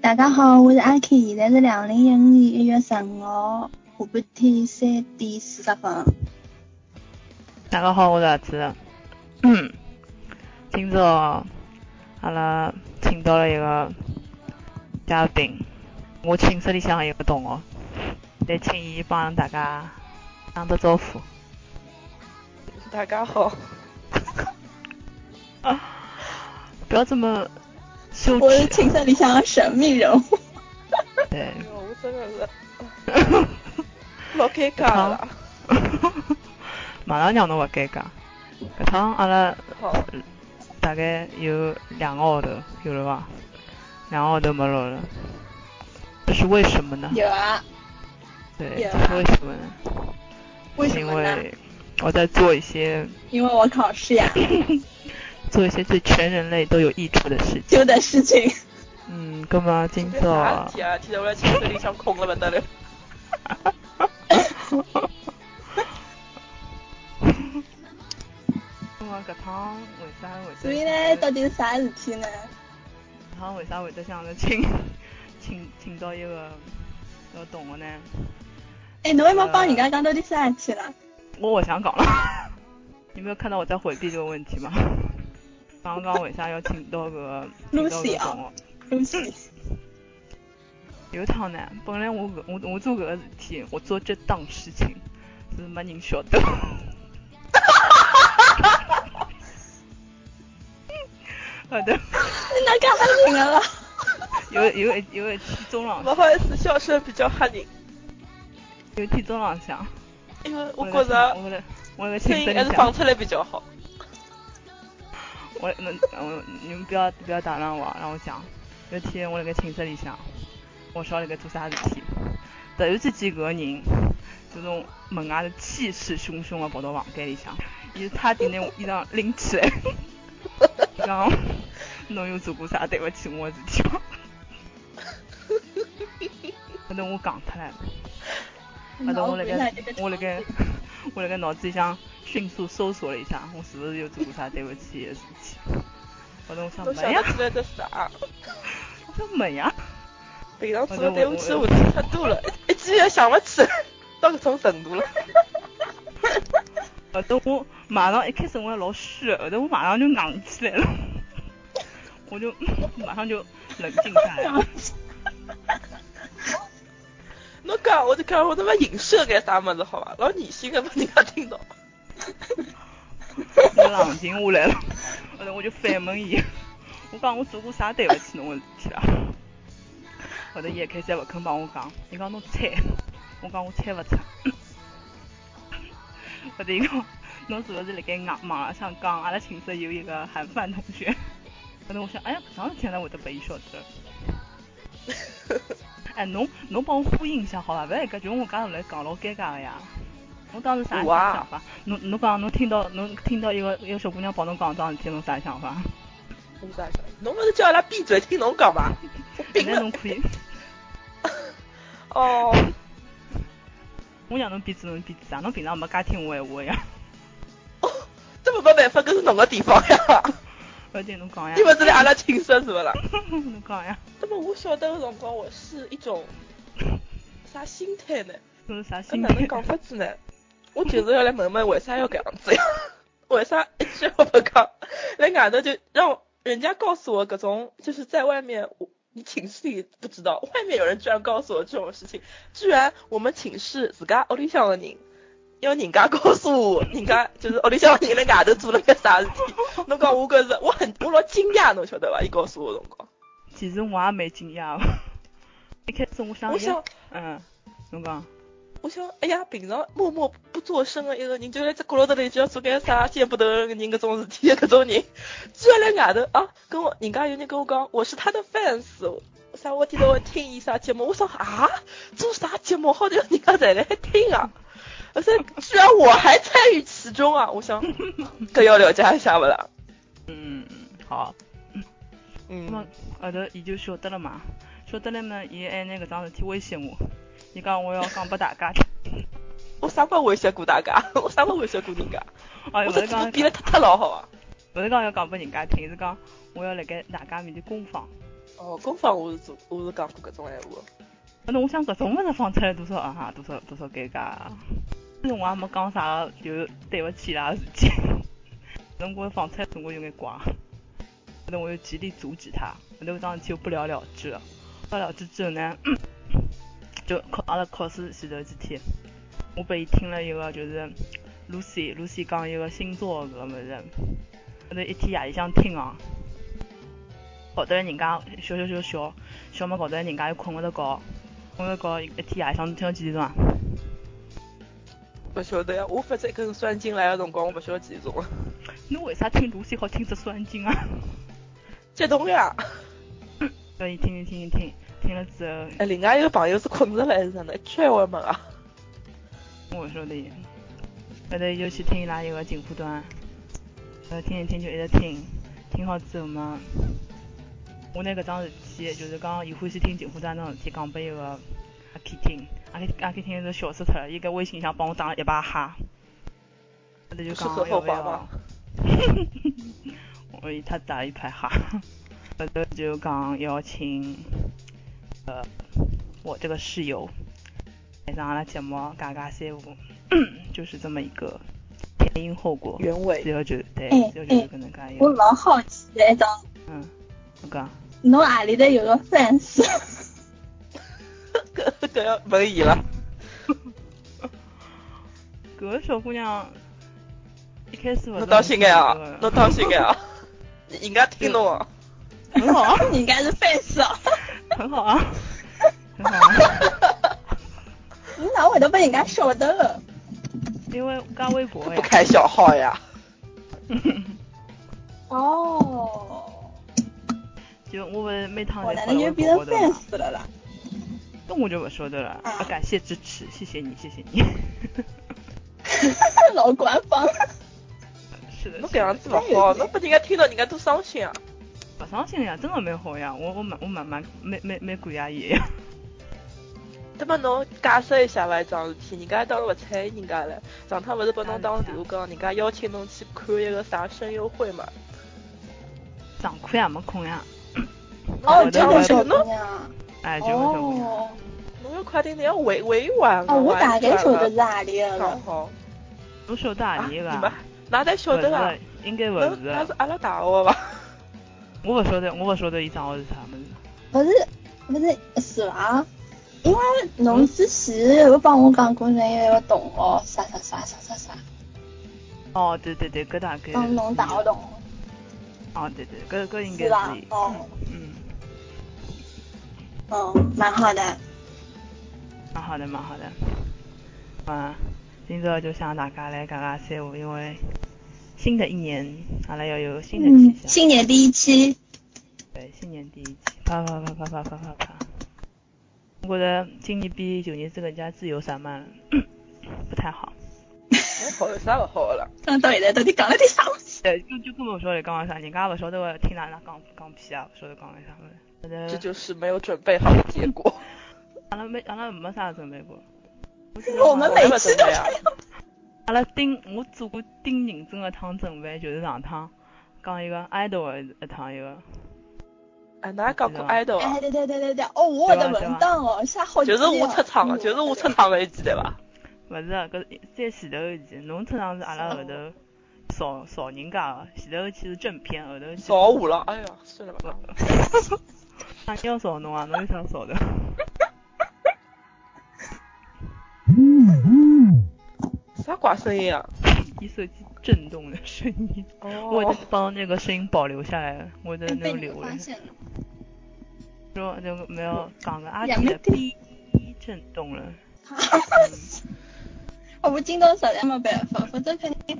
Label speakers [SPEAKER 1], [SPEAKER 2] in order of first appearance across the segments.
[SPEAKER 1] 大家好，我是阿 K，现在是两零一五年一月十五号下半天三点四十分。
[SPEAKER 2] 大家好，我是阿子。嗯，今朝阿拉请到了一个嘉宾，我寝室里向有个同学，来哦请伊帮大家打个招呼。
[SPEAKER 3] 大家好，
[SPEAKER 2] 啊，不要这么羞
[SPEAKER 1] 我是
[SPEAKER 2] 耻
[SPEAKER 1] 寝
[SPEAKER 2] 啊。
[SPEAKER 1] 室里向的神秘人物。
[SPEAKER 2] 对
[SPEAKER 3] 哎，呦，我真的是老尴尬了。
[SPEAKER 2] 马上让侬勿尴尬。搿趟阿拉
[SPEAKER 3] 好，
[SPEAKER 2] 大概有两个号头，有了伐？两个号头没录了，这是为什么呢？
[SPEAKER 1] 有啊，
[SPEAKER 2] 对，
[SPEAKER 1] 有
[SPEAKER 2] 这是为什么呢？
[SPEAKER 1] 为
[SPEAKER 2] 是
[SPEAKER 1] 什
[SPEAKER 2] 因
[SPEAKER 1] 么呢？
[SPEAKER 2] 为我在做一些
[SPEAKER 1] 因为我考试呀，
[SPEAKER 2] 做一些对全人类都有益处的事情。
[SPEAKER 1] 丢的事情。
[SPEAKER 2] 嗯，那么今
[SPEAKER 3] 这
[SPEAKER 2] 朝
[SPEAKER 3] 啥事体啊？现在我来寝室里向空了不得了。
[SPEAKER 2] 那么搿趟为啥会得
[SPEAKER 1] 所以呢，到底是啥事体呢？
[SPEAKER 2] 搿趟为啥会得想着请 请请到一个一个同学呢？
[SPEAKER 1] 哎，侬有没有帮人家讲到底啥事体了？
[SPEAKER 2] 我勿想讲了。 你没有看到我在回避这个问题吗？刚刚为啥要请到搿个请到
[SPEAKER 1] Lucy
[SPEAKER 2] 搿
[SPEAKER 1] 啊
[SPEAKER 2] 个同学？
[SPEAKER 1] 东西。
[SPEAKER 2] 有一趟呢，本来我搿我我做搿个事体，我做这档事情是没人晓得。 好的，
[SPEAKER 1] 你哪敢喊人了？
[SPEAKER 2] 有有一有一天中浪
[SPEAKER 3] 不好意思，笑声比较吓人，
[SPEAKER 2] 有一天中浪向，
[SPEAKER 3] 因为
[SPEAKER 2] 我
[SPEAKER 3] 我觉着
[SPEAKER 2] 我辣我辣寝
[SPEAKER 3] 声
[SPEAKER 2] 室
[SPEAKER 3] 音还
[SPEAKER 2] 里
[SPEAKER 3] 是
[SPEAKER 2] 向
[SPEAKER 3] 放，出来比较好。
[SPEAKER 2] 我那我你们不要不要打断我，让我讲。有一天我辣盖寝室里向，我晓得该做啥事体，突然之间搿个人就从门外头气势汹汹的跑到房间里向，伊是差点拿我衣裳拎起来，伊讲侬又做过啥对勿起我的事体伐？后头我讲出来了，后 啊头我辣盖我辣盖 我辣盖脑子里向迅速搜索了一下，我是勿是又做过啥对勿起伊的事体？后头我想
[SPEAKER 3] 都
[SPEAKER 2] 没
[SPEAKER 3] 想
[SPEAKER 2] 呀
[SPEAKER 3] 得，出来这啥？
[SPEAKER 2] 我想没呀。
[SPEAKER 3] 平常做的对不起的事体太多了，一记也哎想不起来，到搿种程度了。
[SPEAKER 2] 后头我马上一开始我还老虚的，后头我马上就硬起来了， 我就 马上就冷静下来 了。
[SPEAKER 3] 侬讲我就讲我他妈影射干啥么子好伐？老恶心的，把人家听到。
[SPEAKER 2] 我冷静下来了，后头我就反问伊，我讲我做过啥对勿起侬个事体啦？后头伊一开始还勿肯帮我讲，伊讲侬猜，我讲我猜勿出。后头伊讲侬是勿是辣盖网网浪向讲阿拉寝室有一个韩范同学？后头我想，哎呀，搿桩事体哪会得被伊晓得？哎，侬侬帮我呼应一下好伐？勿然搿就我介头来讲老尴尬个呀。侬当时啥
[SPEAKER 3] 哇
[SPEAKER 2] 想法？侬侬讲侬听到侬听到一个一个小姑娘帮侬讲桩事体，侬啥想法？
[SPEAKER 3] 侬啥想？ 侬勿是叫阿拉闭嘴听侬讲伐？我
[SPEAKER 2] 现
[SPEAKER 3] 病
[SPEAKER 2] 在
[SPEAKER 3] 了
[SPEAKER 2] 侬。可以，
[SPEAKER 3] 哦，
[SPEAKER 2] 我让侬闭嘴侬闭嘴啊！侬平常没介听我闲话呀，
[SPEAKER 3] 这没办法，搿是侬个地方呀。
[SPEAKER 2] 而且侬哎讲呀
[SPEAKER 3] 你， 勿是来阿拉寝室是勿啦？
[SPEAKER 2] 侬讲呀，
[SPEAKER 3] 那么我晓得个辰光，我是一种啥心态呢？
[SPEAKER 2] 侬是啥
[SPEAKER 3] 搿
[SPEAKER 2] 心
[SPEAKER 3] 哪
[SPEAKER 2] 态
[SPEAKER 3] 能？讲法子呢？我就是要来问问为啥要搿样子呀？ 为啥一句话不讲？来外头就让人家告诉我搿种，就是在外面我。你寝室里不知道，外面有人居然告诉我这种事情，居然我们寝室自家屋里向的人，要人家告诉我，人家就是屋里向的人来外头做了个啥事体，侬讲我搿是我很我老惊讶，侬晓得伐？伊告诉我的辰光，
[SPEAKER 2] 其实我也蛮惊讶的。 一开始我想，
[SPEAKER 3] 我
[SPEAKER 2] 哎呀
[SPEAKER 3] 想
[SPEAKER 2] 嗯，侬讲，
[SPEAKER 3] 我想，哎呀，平常默默不做声的一个人，就在这角落头里就要做干啥见不得人搿种事体的搿种人，居然来外头啊，跟我人家有人跟我讲，我是他的 fans，啥我记得我听伊啥节目，我说啊，做啥节目好像人家在来听啊， 而且居然我还参与其中啊，我想，搿要了解一下不啦？
[SPEAKER 2] 嗯，好。那么
[SPEAKER 3] 嗯，
[SPEAKER 2] 后头伊就晓得了嘛，晓得了哎嘛，伊还拿搿桩事体威胁我，伊讲我要讲拨大家听，
[SPEAKER 3] 我啥辰光威胁过大家？ 我啥辰光威胁过人家？
[SPEAKER 2] 哎，
[SPEAKER 3] 我
[SPEAKER 2] 勿
[SPEAKER 3] 这
[SPEAKER 2] 是
[SPEAKER 3] 嘴巴
[SPEAKER 2] 讲
[SPEAKER 3] 闭了特特牢好啊。
[SPEAKER 2] 勿是讲要讲拨人家听，是讲我要辣盖大家面前公放，
[SPEAKER 3] 哦，公放我是做我是讲过搿种闲话。
[SPEAKER 2] 反正我想搿种物事放出来多少啊， 多少多少尴尬啊。但是我也没讲啥就对勿起伊拉个事 体，总归放出来总归有眼怪。反正我就极力阻止他，反正搿桩事体就不了了之了。不了了之之后呢， 就考阿拉考试前头几天，我拨伊听了一个就是 Lucy Lucy 讲一个星座搿个物事，反正一天夜里向听哦、搞得人家笑笑笑笑，笑嘛搞得人家又困勿着觉，困勿着觉一天夜里向听到几点钟啊？
[SPEAKER 3] 勿晓得呀，我反正一根酸筋来个辰光，我勿晓得几点钟。
[SPEAKER 2] 侬为啥听卢西好听只酸劲啊？
[SPEAKER 3] 激动呀！
[SPEAKER 2] 所以听听听听听了之
[SPEAKER 3] 哎，另外一个朋友是困着了还是哪能？一圈我也没啊。
[SPEAKER 2] 后，我勿晓得，后头伊就去听伊拉一个进货端，呃，听一听就一直听，听好之后嘛，我拿搿桩事体，就是讲伊欢喜听进货端那桩事体，讲拨一个阿 K 听，阿 K 阿 K 听就笑死脱了，伊搿微信里向帮我打了一把哈，后头就
[SPEAKER 3] 适
[SPEAKER 2] 讲
[SPEAKER 3] 合
[SPEAKER 2] 要
[SPEAKER 3] 好
[SPEAKER 2] 勿
[SPEAKER 3] 爸
[SPEAKER 2] 要
[SPEAKER 3] 爸。。
[SPEAKER 2] 我为他打了一排哈，后头就讲要请，呃，我这个室友来上阿拉节目《嘎嘎三五》， 就是这么一个前因后果。
[SPEAKER 3] 原委
[SPEAKER 2] 只要就对，
[SPEAKER 1] 哎
[SPEAKER 2] 只要就是搿能介一
[SPEAKER 1] 我
[SPEAKER 2] 个，
[SPEAKER 1] 老好奇的一桩，
[SPEAKER 2] 嗯，我讲，
[SPEAKER 1] 侬阿里头有个 fans？
[SPEAKER 3] 搿搿要问伊 了。
[SPEAKER 2] 搿个小姑娘一开始勿是
[SPEAKER 3] 侬当心 眼
[SPEAKER 2] 很喜
[SPEAKER 3] 啊
[SPEAKER 2] 欢！
[SPEAKER 3] 侬当心眼啊！人家听侬哦。
[SPEAKER 2] 搿个很好啊，
[SPEAKER 1] 人家是 fans 哦，
[SPEAKER 2] 很好 啊，很好啊。
[SPEAKER 1] 你哪会得被人家晓得？
[SPEAKER 2] 因为加微博
[SPEAKER 3] 不
[SPEAKER 2] 呀，
[SPEAKER 3] 开小号呀，
[SPEAKER 1] 哦，
[SPEAKER 2] 就我勿是每趟
[SPEAKER 1] 我
[SPEAKER 2] 侪
[SPEAKER 1] 哪
[SPEAKER 2] 发
[SPEAKER 1] 能就
[SPEAKER 2] 微
[SPEAKER 1] 变
[SPEAKER 2] 博高
[SPEAKER 1] 成
[SPEAKER 2] 头嘛。
[SPEAKER 1] fans 了啦？
[SPEAKER 2] 那我就不说的了，啊，感谢支持，谢谢你，谢谢你。
[SPEAKER 1] 老官方，
[SPEAKER 2] 是的，
[SPEAKER 3] 侬
[SPEAKER 2] 是的
[SPEAKER 3] 搿样子勿好，啊侬拨人家听到人家多伤心啊！
[SPEAKER 2] 不伤心呀，真的蛮好呀，我我蛮我蛮蛮蛮蛮蛮感谢 伊呀。
[SPEAKER 3] 那么侬解释一下伐？一桩事体，人家当然勿睬人家了。上趟勿是拨侬打个电话讲，人家邀请侬去看一个啥声优会嘛？
[SPEAKER 2] 上课啊呀，没空呀，
[SPEAKER 1] 哦，
[SPEAKER 2] 我
[SPEAKER 1] 这
[SPEAKER 2] 的
[SPEAKER 1] 个
[SPEAKER 2] 微
[SPEAKER 1] 小
[SPEAKER 3] 博
[SPEAKER 1] 姑娘，
[SPEAKER 2] 哎，就我就我。
[SPEAKER 1] 哦，
[SPEAKER 3] 侬要快点，侬要回回完
[SPEAKER 1] 哦，我大概晓得是
[SPEAKER 3] 是
[SPEAKER 1] 阿里的
[SPEAKER 3] 刚
[SPEAKER 1] 了。
[SPEAKER 3] 好。
[SPEAKER 2] 侬晓得
[SPEAKER 3] 啊
[SPEAKER 2] 阿
[SPEAKER 3] 你
[SPEAKER 2] 里
[SPEAKER 3] 们
[SPEAKER 2] 伐？，
[SPEAKER 3] 哪才晓得啊
[SPEAKER 2] 勿？是，应该勿
[SPEAKER 3] 侬那是啊
[SPEAKER 2] 是。
[SPEAKER 3] 阿拉大学伐？
[SPEAKER 2] 我勿晓得，我勿晓得伊账号是啥物事。
[SPEAKER 1] 不是不是是伐？因为侬之前有帮我哦讲过，侬有一个同学啥啥啥啥啥啥，
[SPEAKER 2] 哦，对对对，搿大概。
[SPEAKER 3] 嗯
[SPEAKER 1] 帮侬大学。同
[SPEAKER 2] 哦，对对，搿搿应
[SPEAKER 1] 学
[SPEAKER 2] 该
[SPEAKER 1] 是伐
[SPEAKER 2] 是伊？。
[SPEAKER 1] 哦，
[SPEAKER 2] 嗯，
[SPEAKER 1] 嗯，蛮好的。
[SPEAKER 2] 蛮好的，蛮好的。啊，今朝就向大家来讲讲三五，因为新的一年，阿拉要有新的
[SPEAKER 1] 嗯
[SPEAKER 2] 气，象。
[SPEAKER 1] 新年第一期，
[SPEAKER 2] 对，新年第一期，啪啪啪啪啪啪啪啪。我觉得今年比旧年子更加自由散漫了， 不太好。
[SPEAKER 3] 侬哎好有啥勿好的了？
[SPEAKER 1] 讲到现在到底讲了点啥东西？
[SPEAKER 2] 对，就就根本不晓得讲啥，人家不晓得我听哪能讲讲屁啊，不晓得讲啥物事。反
[SPEAKER 3] 这
[SPEAKER 2] 正
[SPEAKER 3] 就是没有准备好的结 果。
[SPEAKER 2] 阿拉没阿拉没啥准备过。
[SPEAKER 1] 哦我们每次都这样。
[SPEAKER 2] 阿拉顶我做过顶认真的趟准备，就是上趟讲一个 idol 的一趟一个，
[SPEAKER 3] 啊，哪讲过 idol 啊
[SPEAKER 1] 哎，？对对对对对，哦，我的文档哦，下好
[SPEAKER 3] 就是我出
[SPEAKER 1] 出
[SPEAKER 3] 场的，就是我出。场的一季对伐？
[SPEAKER 2] 不是搿在前头一期，侬出场是阿拉后头少少人家的，前头一期是正片，后头一期是
[SPEAKER 3] 少 我了，哎呀，算了吧。
[SPEAKER 2] 啥人要找侬啊？侬有啥找的？嗯
[SPEAKER 3] 啥怪声音啊？
[SPEAKER 2] 一手机震动的声音，我已
[SPEAKER 3] 哦
[SPEAKER 2] 经，帮那个声音保留下来了，我的那
[SPEAKER 1] 哎被
[SPEAKER 2] 个
[SPEAKER 1] 你
[SPEAKER 2] 留了
[SPEAKER 1] 发。现了，
[SPEAKER 2] 说就没有讲个阿
[SPEAKER 1] 两
[SPEAKER 2] 弟
[SPEAKER 1] 个
[SPEAKER 2] 的 B 震动了，
[SPEAKER 1] 哦，我今朝实在没办法，否则肯定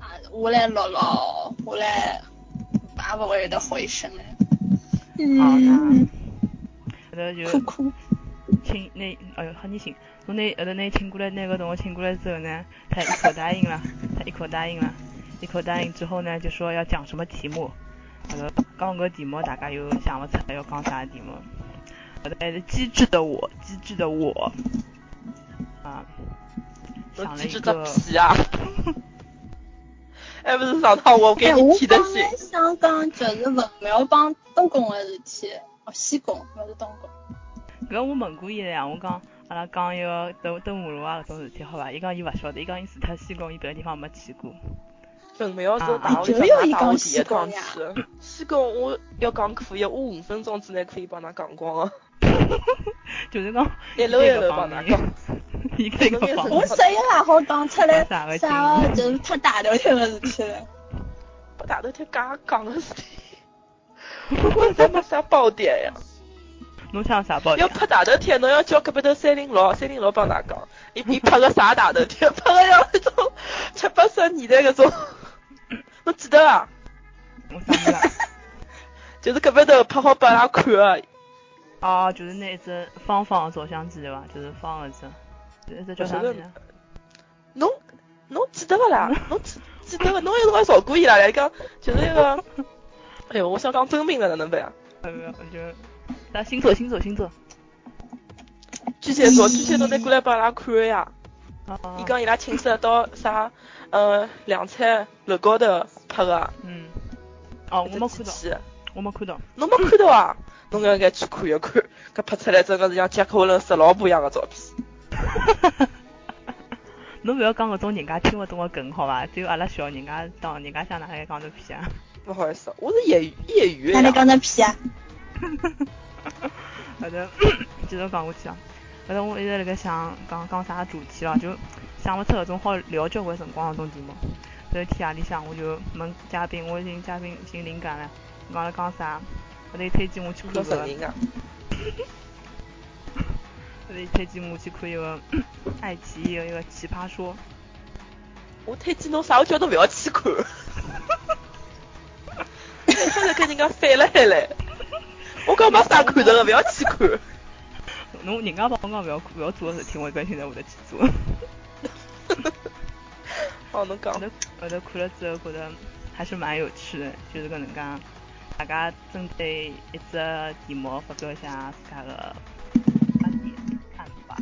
[SPEAKER 1] 啊，我来录咯，我来也不会有的回哎声了。
[SPEAKER 2] 好的
[SPEAKER 1] 嗯，，
[SPEAKER 2] 后头就
[SPEAKER 1] 哭哭，
[SPEAKER 2] 请那哎呦好你行，我那后头那请过来那个同学请过来之后呢，他一口答应了，他一口答应了，一口答应之后呢，就说要讲什么题目，后头讲个题目大家又想不出来要讲啥题目，后头还是机智的我，机智的我，啊，想
[SPEAKER 3] 侬
[SPEAKER 2] 了
[SPEAKER 3] 机
[SPEAKER 2] 一
[SPEAKER 3] 智只
[SPEAKER 2] 个，
[SPEAKER 3] 屁 啊！哎，不是上趟我给
[SPEAKER 1] 哎，
[SPEAKER 3] 你
[SPEAKER 1] 我
[SPEAKER 3] 提的
[SPEAKER 1] 刚
[SPEAKER 3] 信
[SPEAKER 1] 才，想讲就是文庙帮东宫的事体，哦，西贡勿是东 贡。
[SPEAKER 2] 搿我问过伊了呀，我讲阿拉讲一个蹲蹲马路啊搿种事体好伐？伊讲伊勿晓得，伊讲伊除脱西贡，伊别个地方没去过。
[SPEAKER 3] 本没有走
[SPEAKER 2] 啊
[SPEAKER 3] 大学
[SPEAKER 1] 就
[SPEAKER 3] 里
[SPEAKER 1] 有
[SPEAKER 3] 向
[SPEAKER 1] 一
[SPEAKER 3] 大
[SPEAKER 1] 讲
[SPEAKER 3] 学第一
[SPEAKER 1] 西贡
[SPEAKER 3] 趟
[SPEAKER 1] 呀
[SPEAKER 3] 去，西贡我要讲可以，我五分钟之内可以帮他讲光啊，
[SPEAKER 2] 就是讲
[SPEAKER 3] 一楼一楼帮他 讲。
[SPEAKER 2] 伊搿个方面，
[SPEAKER 1] 我声音也好讲出来
[SPEAKER 2] 啥个
[SPEAKER 1] 啥个
[SPEAKER 2] 劲
[SPEAKER 1] 就是太大头天个事体了。
[SPEAKER 3] 不大头贴刚刚讲的事体，我真没啥爆点呀。
[SPEAKER 2] 侬想啥报
[SPEAKER 3] 要
[SPEAKER 2] 价？
[SPEAKER 3] 拍大头贴，侬要叫隔壁头三零六，三零六帮㑚讲，伊伊拍个啥大头贴？拍个像那种七八十年代搿种， 侬记得啊？
[SPEAKER 2] 我想不 来。
[SPEAKER 3] 就是隔壁头拍好拨㑚看啊个，
[SPEAKER 2] 哦，就是那一只方方的照相机对伐？就是方的只，就一只叫啥名字？
[SPEAKER 3] 侬侬记得 勿啦？侬记记得勿？侬有辰光吵过伊拉来讲，就是 那个，哎哟，我想讲真名了，哪能办啊？
[SPEAKER 2] 哎呦，我就啥星座星座星座。
[SPEAKER 3] 巨蟹座，巨蟹座拿过来帮伊拉看个呀。
[SPEAKER 2] 哦
[SPEAKER 3] 伊，讲伊拉寝室到啥呃凉菜楼高头拍个，
[SPEAKER 2] 嗯，哦，我没看到，
[SPEAKER 3] 到。
[SPEAKER 2] 我没看到。
[SPEAKER 3] 侬没看到啊？侬搿应该去看一看，搿拍出来真个是像杰克沃伦死老婆一样的照片。
[SPEAKER 2] 侬勿要讲搿种人家听勿懂个梗好伐？只有阿拉小人家当人家想哪能来讲这屁啊！
[SPEAKER 3] 勿好意思，我是业余业余
[SPEAKER 1] 哪
[SPEAKER 3] 的
[SPEAKER 1] 里
[SPEAKER 3] 呀。
[SPEAKER 1] 讲成屁啊？
[SPEAKER 2] 反正 继续讲下去啊。反正我一直辣盖想讲讲啥主题咯，就想勿出搿种好聊交关辰光搿种题目。搿天夜里向我就问嘉宾，我寻嘉宾寻灵感了，讲了讲啥？后头伊推荐我去看
[SPEAKER 3] 老
[SPEAKER 2] 搿个，
[SPEAKER 3] 神人啊！
[SPEAKER 2] 后头伊推荐我去看一个 爱奇艺的一个《奇葩说》。
[SPEAKER 3] 我推荐侬啥，我叫侬勿要去看。一下子跟人家反了海嘞！我讲没啥看头的，勿要去看。
[SPEAKER 2] 侬人家帮我讲勿要勿要做个事体，我一般性侪会得去做。
[SPEAKER 3] 哦，侬讲
[SPEAKER 2] 后 头后头看了之后，觉得还是蛮有趣的，就是搿能介，大家针对一只题目发表一下自家的观点看法。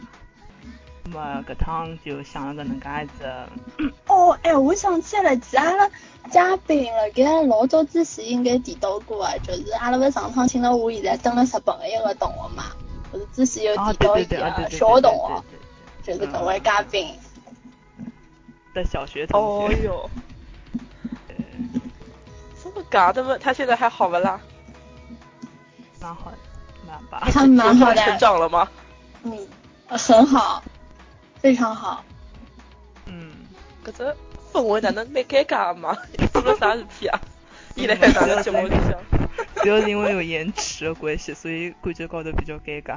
[SPEAKER 2] 那么搿趟就想了搿能介一只，
[SPEAKER 1] 哦，哎，我想起来了，其实阿拉嘉宾辣盖老早之前应该提到过啊，就是阿拉勿是上趟请了我现在蹲辣日本的一个同学嘛，就是之前有
[SPEAKER 2] 啊
[SPEAKER 1] 提
[SPEAKER 2] 对
[SPEAKER 1] 到
[SPEAKER 2] 对
[SPEAKER 1] 伊
[SPEAKER 2] 对，啊对
[SPEAKER 1] 个
[SPEAKER 2] 对对
[SPEAKER 1] 小
[SPEAKER 2] 对对
[SPEAKER 1] 同学，
[SPEAKER 2] 对嗯
[SPEAKER 1] 就是搿位嘉宾。
[SPEAKER 2] 对的小学
[SPEAKER 3] 哦
[SPEAKER 2] 同学，
[SPEAKER 3] 哟，这么尬的吗？他现在还好不啦？
[SPEAKER 2] 蛮好的，蛮棒。
[SPEAKER 1] 他嗯蛮好
[SPEAKER 3] 成
[SPEAKER 1] 的，
[SPEAKER 3] 长了吗？
[SPEAKER 1] 嗯，很好，非常好。
[SPEAKER 2] 嗯，
[SPEAKER 3] 搿只氛围哪能蛮尴尬的嘛？ 做了啥事 体啊？伊来哪能节目里向？
[SPEAKER 2] 主要是因为有延迟的关系，所以感觉高头比较尴尬。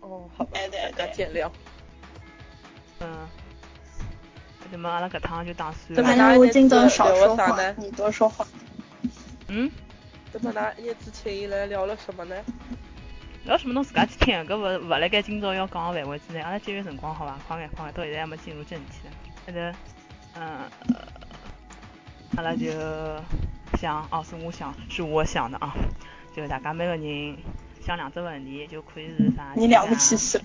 [SPEAKER 3] 哦，好 吧，
[SPEAKER 1] 对对
[SPEAKER 3] 大家
[SPEAKER 1] 对
[SPEAKER 3] 见谅。
[SPEAKER 2] 嗯，那么阿拉搿趟就打算
[SPEAKER 3] 对吧
[SPEAKER 1] 反正我今朝少说
[SPEAKER 3] 聊
[SPEAKER 1] 话
[SPEAKER 3] 了啥呢，
[SPEAKER 1] 你多说话。
[SPEAKER 2] 嗯。
[SPEAKER 3] 那么㑚一直请伊来聊了什么呢？
[SPEAKER 2] 聊什么侬自家去听，搿勿勿辣盖今朝要讲个范围之内。阿拉节约辰光好伐？快眼快眼，到现在还没进入正题呢。反正，嗯，呃阿拉就想，哦，是我想，是我想的啊，就大家每个人想两只问题，就可以是啥？
[SPEAKER 1] 你了不起死了！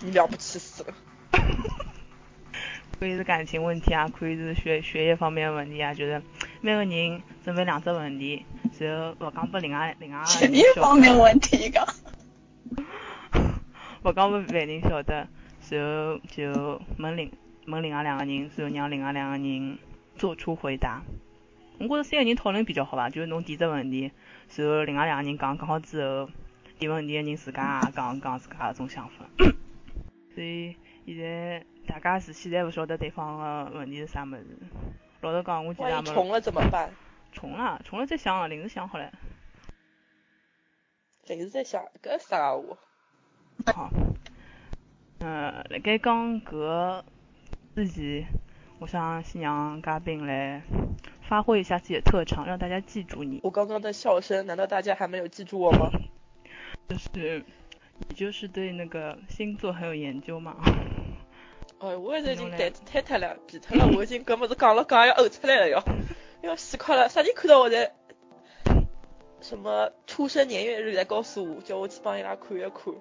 [SPEAKER 3] 你了不起死了！
[SPEAKER 2] 可以是感情问题啊，可以是学学业方面的问题啊，就是每个人准备两只问题，然后勿讲拨另外另外个
[SPEAKER 1] 学
[SPEAKER 2] 人
[SPEAKER 1] 业
[SPEAKER 2] 晓
[SPEAKER 1] 方面问题啊个，
[SPEAKER 2] 勿讲拨别人晓得，然后就问另问另外啊两个人，然后让另外啊两个人做出回答。我觉着三个人讨论比较好吧，就是侬提只问题，然后另外两个人讲讲好之后，提问题个人自家也讲讲自家搿种想法。所以现在大家是现在勿晓得对方个问题是啥物事。老实讲，我其实也
[SPEAKER 3] 万一
[SPEAKER 2] 没
[SPEAKER 3] 重了怎么办？
[SPEAKER 2] 重了，重了再想啊，临时想好了。
[SPEAKER 3] 临时在想搿啥啊话？
[SPEAKER 2] 好，呃，辣盖讲搿之前，我想先让嘉宾来发挥一下自己的特长，让大家记住你。
[SPEAKER 3] 我刚刚的笑声，难道大家还没有记住我吗？
[SPEAKER 2] 就是你就是对那个星座很有研究嘛？
[SPEAKER 3] 哎，我现在已经胆子太太了，皮特了，我已经搿么子讲了讲也要呕出来了哟，要死快了！啥人看到我在什么出生年月日来告诉我，叫我去帮伊拉看一看。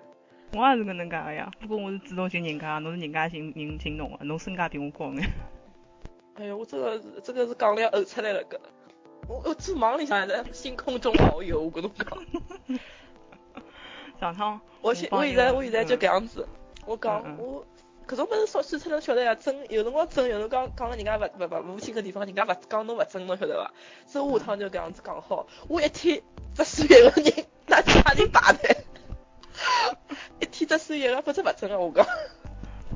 [SPEAKER 2] 我也是搿能介个呀，不过我是主动寻人家，侬是人家寻人寻 侬个，侬身价比我高眼。
[SPEAKER 3] 哎呀，我真的是真的是讲了要呕出来了搿。我我去忙里向还在星空中遨游，我跟侬讲，
[SPEAKER 2] 上趟
[SPEAKER 3] 我现我现在我现在就搿
[SPEAKER 2] 搿
[SPEAKER 3] 样子，我
[SPEAKER 2] 嗯
[SPEAKER 3] 讲
[SPEAKER 2] 嗯
[SPEAKER 3] 我搿种物事说起出来晓得呀，真有辰光真，有辰光讲了人家勿勿勿勿清个地方，人家勿讲侬勿真，侬晓得伐？所以
[SPEAKER 2] 嗯
[SPEAKER 3] 我下趟就搿样子讲好，我一天只算一个人，哪去哪里排队？ 一天只算一个，不只勿真啊！我讲，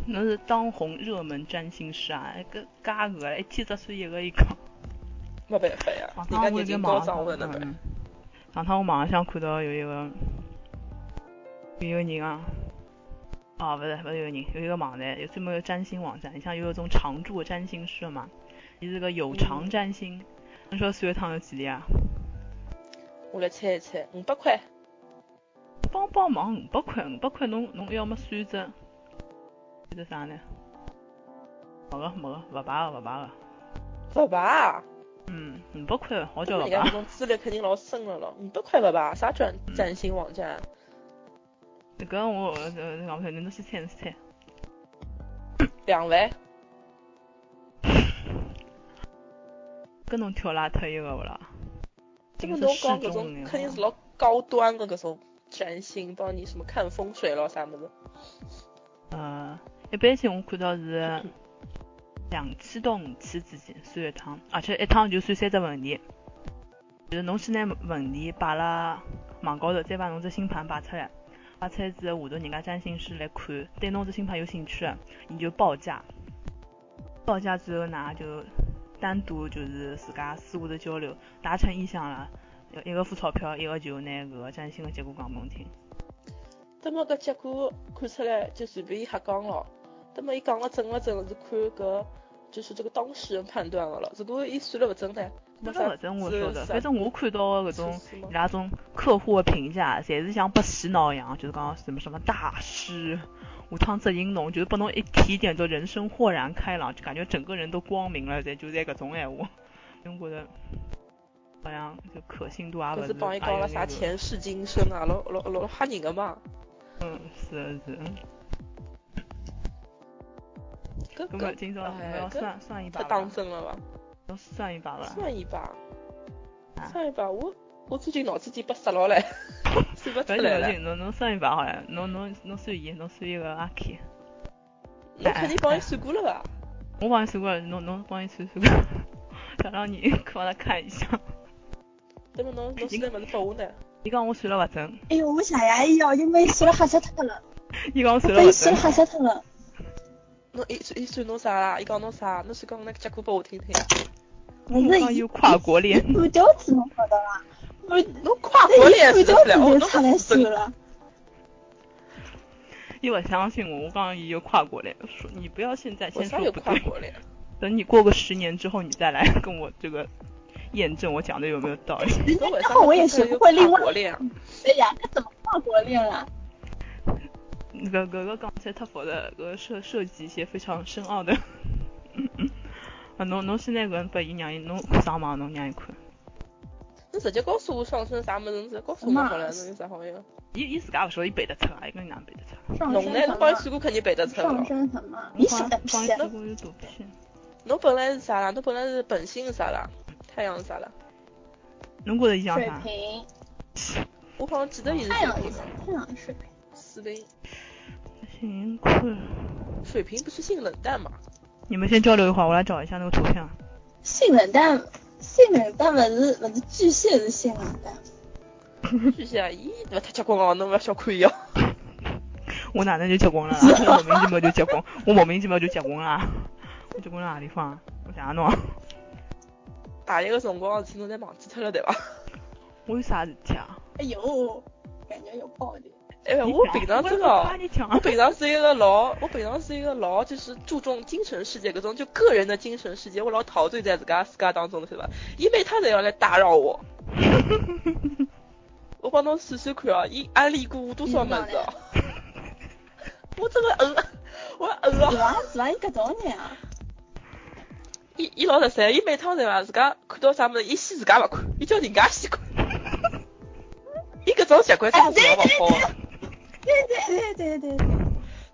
[SPEAKER 2] 侬是当红热门占星师啊，搿加搿个一天只算一个伊讲。
[SPEAKER 3] 没办法呀
[SPEAKER 2] 上，趟
[SPEAKER 3] 人家
[SPEAKER 2] 啊我
[SPEAKER 3] 眼
[SPEAKER 2] 在
[SPEAKER 3] 睛
[SPEAKER 2] 网
[SPEAKER 3] 高尚，我
[SPEAKER 2] 上
[SPEAKER 3] 哪能办？
[SPEAKER 2] 嗯，上趟我网上看到有一个有一个人啊，哦，勿是勿是有个人，有一个网站，有专门有占星网站，像有一种常驻占星师嘛，伊是个有偿占星，侬晓得算一趟有几钿啊？
[SPEAKER 3] 我来猜一猜，五百块，
[SPEAKER 2] 帮帮忙五百块，五百块侬侬要么算只算只啥呢？没个没个，勿排个勿排个，
[SPEAKER 3] 勿吧？
[SPEAKER 2] 嗯，五百块好叫
[SPEAKER 3] 人
[SPEAKER 2] 勿
[SPEAKER 3] 家
[SPEAKER 2] 排
[SPEAKER 3] 搿。种资历肯定老深了咯，五百块了吧？啥转
[SPEAKER 2] 嗯
[SPEAKER 3] 占星网站？
[SPEAKER 2] 搿个我呃呃讲勿出来，侬先猜侬先猜。
[SPEAKER 3] 两万？
[SPEAKER 2] 跟侬跳拉特一个勿啦？
[SPEAKER 3] 这
[SPEAKER 2] 个
[SPEAKER 3] 个侬讲搿种肯定是老高端的搿种占星，帮你什么看风水咯啥物事。
[SPEAKER 2] 呃，一般性我看到是两千到五千之间算一趟，而且一趟就算三只问题，就是侬先拿问题摆辣网高头，再把侬只星盘摆出来，摆出来之后下头人家占星师来看，对侬只星盘有兴趣的，伊就报价，报价之后㑚就单独就是自家私下头交流，达成意向了，一个付钞票，一个就拿搿个占星的结果讲拨侬听。
[SPEAKER 3] 那么搿结果看出来就随便伊瞎讲咯。那么伊讲了准了准了是看搿就是这个当事人判断的了。如果伊算了勿准呢？
[SPEAKER 2] 那
[SPEAKER 3] 那
[SPEAKER 2] 个
[SPEAKER 3] 啥
[SPEAKER 2] 勿真我晓得，
[SPEAKER 3] 是
[SPEAKER 2] 反正我看到的搿种
[SPEAKER 3] 是吗
[SPEAKER 2] 伊拉种客户的评价，侪是像被洗脑一样，就是讲什么什么大师，下趟只引侬，就是拨侬一提点就人生豁然开朗，就感觉整个人都光明了，侪就在搿种闲话，因为我觉得好像就可信度啊也勿
[SPEAKER 3] 搿是帮伊
[SPEAKER 2] 也
[SPEAKER 3] 讲
[SPEAKER 2] 有
[SPEAKER 3] 了
[SPEAKER 2] 眼
[SPEAKER 3] 啥
[SPEAKER 2] 哎个
[SPEAKER 3] 前世今生啊，老老老吓人个嘛。
[SPEAKER 2] 嗯，是的是的。
[SPEAKER 3] 搿
[SPEAKER 2] 那么今朝我们
[SPEAKER 3] 哎
[SPEAKER 2] 要
[SPEAKER 3] 搿
[SPEAKER 2] 算算一把
[SPEAKER 3] 太
[SPEAKER 2] 伐
[SPEAKER 3] 当？真了伐？
[SPEAKER 2] 要算一把伐？
[SPEAKER 3] 算一把
[SPEAKER 2] 啊，
[SPEAKER 3] 算一把，我我最近脑子筋被塞牢了， 算勿出
[SPEAKER 2] 反
[SPEAKER 3] 来
[SPEAKER 2] 正
[SPEAKER 3] 了
[SPEAKER 2] 勿。紧，侬侬算一把好了，哎侬侬侬算伊，侬算一个阿 K。
[SPEAKER 3] 侬肯定帮伊算过了伐？
[SPEAKER 2] 我帮你算过了，侬侬帮你算算过， 想让你帮他看一下。
[SPEAKER 3] 那么侬侬现在勿是拨我呢？
[SPEAKER 2] 伊讲我算了勿 准，
[SPEAKER 1] 哎呦，我谢谢伊哦，因为伊算了吓死脱了，
[SPEAKER 2] 伊讲我
[SPEAKER 1] 我
[SPEAKER 2] 算了
[SPEAKER 1] 被伊
[SPEAKER 2] 勿
[SPEAKER 1] 算
[SPEAKER 2] 准
[SPEAKER 1] 了，吓死脱 了。
[SPEAKER 3] 侬伊伊算侬啥啦？伊讲侬啥？侬算讲那个结果拨我听啊听。
[SPEAKER 1] 勿
[SPEAKER 2] 我
[SPEAKER 1] 是
[SPEAKER 2] 讲
[SPEAKER 1] 伊
[SPEAKER 2] 有嗯跨国恋，
[SPEAKER 1] 半吊子侬晓得伐？
[SPEAKER 3] 侬跨国恋
[SPEAKER 1] 半
[SPEAKER 3] 算得
[SPEAKER 1] 吊子就
[SPEAKER 3] 出来，哦，侬
[SPEAKER 1] 出来算
[SPEAKER 3] 真
[SPEAKER 1] 了。
[SPEAKER 2] 伊勿相信我，我讲伊有跨国恋，说你不要现在
[SPEAKER 3] 为
[SPEAKER 2] 先
[SPEAKER 3] 啥
[SPEAKER 2] 说
[SPEAKER 3] 有
[SPEAKER 2] 不
[SPEAKER 3] 跨
[SPEAKER 2] 对，
[SPEAKER 3] 国恋？
[SPEAKER 2] 等你过个十年之后你再来 跟我这个验证我讲的有没有道理。
[SPEAKER 3] 侬为啥
[SPEAKER 1] 那我也
[SPEAKER 3] 是
[SPEAKER 1] 学会另外
[SPEAKER 3] 跨国恋啊？
[SPEAKER 1] 哎呀，那怎么跨国恋了？
[SPEAKER 2] 搿搿个讲起来太复杂了，搿个涉涉及一些非常深奥的。 啊，侬侬现在搿拨伊让伊侬上网侬让伊看，
[SPEAKER 3] 侬直接告诉我上升啥物事，侬直接告诉我好了，侬有啥好用？
[SPEAKER 2] 伊伊自家勿晓得伊背得出啊，伊跟伊哪能背得出啊？
[SPEAKER 1] 上
[SPEAKER 3] 侬
[SPEAKER 1] 升
[SPEAKER 3] 呢？
[SPEAKER 1] 什
[SPEAKER 3] 侬帮伊
[SPEAKER 1] 么？
[SPEAKER 3] 算过肯定背得出来
[SPEAKER 1] 上
[SPEAKER 3] 了。
[SPEAKER 1] 升什么？你晓得屁
[SPEAKER 2] 帮伊
[SPEAKER 1] 啊！
[SPEAKER 2] 算过有大屁。
[SPEAKER 3] 侬本来是啥啦？侬本来是本性是啥啦？太阳是啥啦？
[SPEAKER 2] 侬觉得伊像
[SPEAKER 1] 水
[SPEAKER 2] 啥？
[SPEAKER 1] 瓶，
[SPEAKER 3] 我好像记得伊是
[SPEAKER 1] 太阳
[SPEAKER 3] 水
[SPEAKER 1] 也
[SPEAKER 3] 瓶
[SPEAKER 1] 是
[SPEAKER 3] 的，
[SPEAKER 1] 太阳也是水瓶。
[SPEAKER 3] 水瓶，
[SPEAKER 2] 行，困了。
[SPEAKER 3] 水瓶不是性冷淡嘛？
[SPEAKER 2] 你们先交流一会儿，我来找一下那个图片。啊
[SPEAKER 1] 性冷淡，性冷淡勿是勿是巨蟹是性冷淡，
[SPEAKER 3] 巨蟹啊，伊勿太结棍哦，侬勿要小看伊哦。
[SPEAKER 2] 我哪能就结婚了？我莫名其妙就结婚，我莫名其妙就结婚了。我结婚了哪地方啊？我想想侬啊，
[SPEAKER 3] 大一个辰光的事体侬侪忘记脱了对伐？
[SPEAKER 2] 我有啥事体啊？
[SPEAKER 1] 哎呦，感觉有爆点。
[SPEAKER 3] 哎，我平常真的哦
[SPEAKER 2] 快，点讲
[SPEAKER 3] 我平常是一个老，我平常是一个老，就是注重精神世界搿种，就个人的精神世界，我老陶醉在自家世界当中，是吧？伊每趟侪要来打扰我。我帮侬算算看哦，伊安利过我多少物事哦？ 我真的嗯，我嗯
[SPEAKER 1] 是
[SPEAKER 3] 哦。
[SPEAKER 1] 伐？是伐？伊搿种人啊，
[SPEAKER 3] 伊伊老实三，伊每趟对伐？自家看到啥物事，伊先自家勿看，伊叫人家先看。
[SPEAKER 1] 哎
[SPEAKER 3] 伊搿种习惯真的是老勿好的。啊
[SPEAKER 1] 对对对对对对，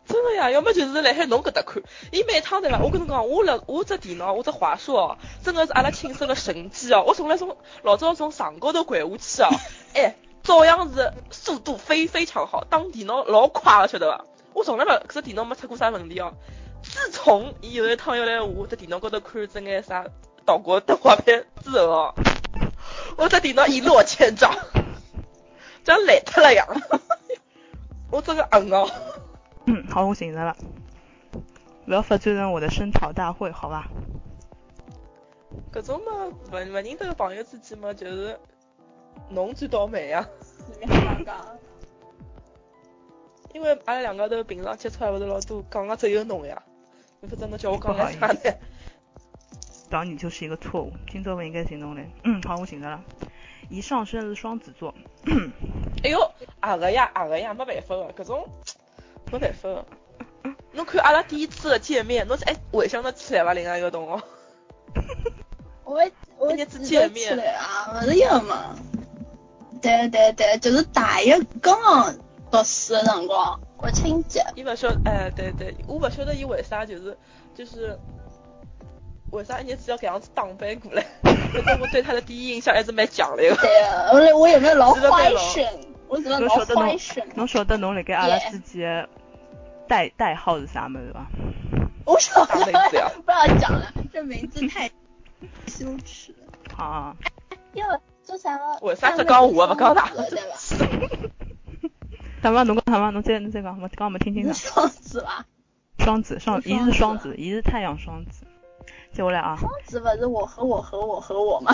[SPEAKER 3] 真的呀，要么就是辣海侬搿搭看，伊每趟对伐？我跟侬讲，我辣我只电脑，我只华硕哦，真个是阿拉亲生个神机哦，我从来从老早从上高头掼下去哦， 哎，照样是速度非非常好，打电脑老快个晓得伐？我从来没搿只电脑没出过啥问题哦。自从伊有一趟要来我只电脑高头看只眼啥岛国动画片之后哦，我只电脑一落千丈，像烂脱了一样， 我真个硬哦。
[SPEAKER 2] 嗯， 好，我醒着了。不要得罪人我的声讨大会，好吧？
[SPEAKER 3] 搿种嘛，勿勿认得个朋友之间嘛，就是侬最倒霉呀、
[SPEAKER 1] 你们讲讲，
[SPEAKER 3] 因为阿拉两个头平常接触还勿是老多，讲个只有侬呀。你不知侬叫我讲
[SPEAKER 2] 不好
[SPEAKER 3] 个
[SPEAKER 2] 意思
[SPEAKER 3] 啥呢？
[SPEAKER 2] 找你就是一个错误，今作文应该行动的。嗯，好，我醒着了。一上升是双子座，
[SPEAKER 3] 哎哟，阿个呀，阿个呀，没办法个，搿种没办法个。侬看阿拉第一次的见面，侬是哎回想得起来伐？另外一个同学，
[SPEAKER 1] 我我
[SPEAKER 3] 那次
[SPEAKER 1] 记
[SPEAKER 3] 见
[SPEAKER 1] 得
[SPEAKER 3] 面
[SPEAKER 1] 起来啊，勿是一个嘛。对对对，就是大一刚刚读书的辰光，国庆节。
[SPEAKER 3] 伊勿晓，哎，对对，我勿晓得伊为啥就是就是为啥一日子要搿样子打扮过来。反 正我对他的第一印象还是蛮强烈个。
[SPEAKER 1] 对，我来我有个老坏神，我有个
[SPEAKER 2] 侬
[SPEAKER 1] 老
[SPEAKER 2] 晓得侬
[SPEAKER 1] 坏神，
[SPEAKER 2] 侬晓得侬辣盖阿拉之间代代号是啥么子伐？
[SPEAKER 1] 我晓得，
[SPEAKER 3] 大妹子呀
[SPEAKER 1] 不要讲了，这名字太羞耻了。
[SPEAKER 2] 好好，好
[SPEAKER 1] 因为做啥个？
[SPEAKER 3] 为啥只讲我啊勿讲他
[SPEAKER 1] 对吧？
[SPEAKER 2] 大妈侬讲大妈侬再侬再讲，我刚我们听听
[SPEAKER 1] 你
[SPEAKER 2] 呢。
[SPEAKER 1] 是双子吧？
[SPEAKER 2] 双子上，
[SPEAKER 1] 是
[SPEAKER 2] 一
[SPEAKER 1] 双
[SPEAKER 2] 是
[SPEAKER 1] 子
[SPEAKER 2] 双子，一是太阳双子。接下来啊，
[SPEAKER 1] 双子不是我和我和我和我吗？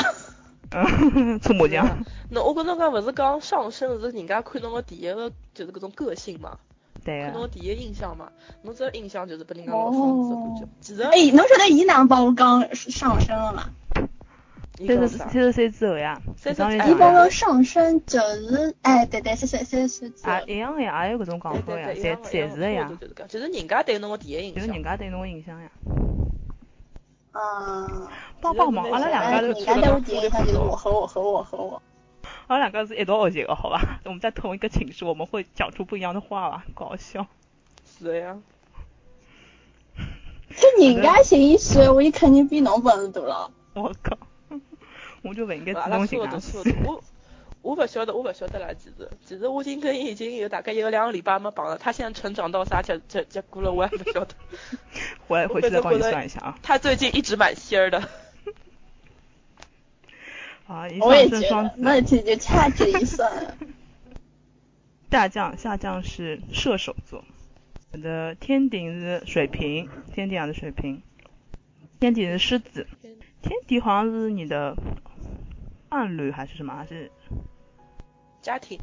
[SPEAKER 2] 嗯，搓麻将。
[SPEAKER 3] 侬我跟侬讲，勿是讲上升是人家看侬个第一个就是搿种个性嘛，
[SPEAKER 2] 对
[SPEAKER 3] 看
[SPEAKER 2] 啊
[SPEAKER 3] 侬，个第一印象嘛，侬只印象就是拨人家老疯子感觉
[SPEAKER 1] 哦。
[SPEAKER 3] 其实
[SPEAKER 1] 哎，侬晓得伊哪能帮我讲上升了吗？
[SPEAKER 3] 伊
[SPEAKER 2] 三
[SPEAKER 3] 讲
[SPEAKER 2] 十
[SPEAKER 3] 啥？
[SPEAKER 2] 三十岁之后呀，
[SPEAKER 3] 三十
[SPEAKER 2] 啊当然
[SPEAKER 3] 哎
[SPEAKER 1] 伊
[SPEAKER 2] 是
[SPEAKER 1] 帮
[SPEAKER 2] 啊
[SPEAKER 1] 我上升就是，哎，对对，谢谢谢谢谢谢。
[SPEAKER 2] 啊一样的呀，也有搿种讲
[SPEAKER 3] 对
[SPEAKER 2] 法呀，
[SPEAKER 3] 对对，
[SPEAKER 2] 侪侪是的
[SPEAKER 3] 呀
[SPEAKER 2] 呀，，
[SPEAKER 3] 就是讲，就是人家对侬个第一印
[SPEAKER 2] 就是人
[SPEAKER 3] 象。
[SPEAKER 2] 家对侬个印象呀。
[SPEAKER 1] 嗯，
[SPEAKER 2] 帮帮忙，阿拉两
[SPEAKER 1] 哎
[SPEAKER 2] 个
[SPEAKER 1] 人
[SPEAKER 2] 是
[SPEAKER 1] 家 对我第一印象就是我和我和我和我。
[SPEAKER 2] 阿拉两个是一道学习的，好吧？ 我们在同一个寝室，我们会讲出不一样的话吧？搞笑。
[SPEAKER 3] 是的呀，
[SPEAKER 1] 就人家寻伊所以我伊肯定比侬本事大了。
[SPEAKER 2] 我靠， 我就不应该
[SPEAKER 3] 阿
[SPEAKER 2] 主
[SPEAKER 3] 拉
[SPEAKER 2] 动
[SPEAKER 3] 说
[SPEAKER 2] 寻
[SPEAKER 3] 的
[SPEAKER 2] 啊
[SPEAKER 3] 都。说的，我我勿晓得，我勿晓得啦。其实其实我已经跟伊已经有大概有两个礼拜没碰了，他现在成长到啥结结结果了，我也勿晓得。
[SPEAKER 2] 回来回去再帮你算一下啊。
[SPEAKER 3] 他最近一直蛮仙儿的。
[SPEAKER 2] 啊，一
[SPEAKER 1] 我也
[SPEAKER 2] 上
[SPEAKER 1] 觉
[SPEAKER 2] 升
[SPEAKER 1] 得
[SPEAKER 2] 双，子
[SPEAKER 1] 那题就掐指一 算。
[SPEAKER 2] 下降，下降是射手座，我的天顶是水瓶，天顶也是水瓶，天顶是狮子，天顶好像是你的伴侣还是什么，还是
[SPEAKER 3] 家庭，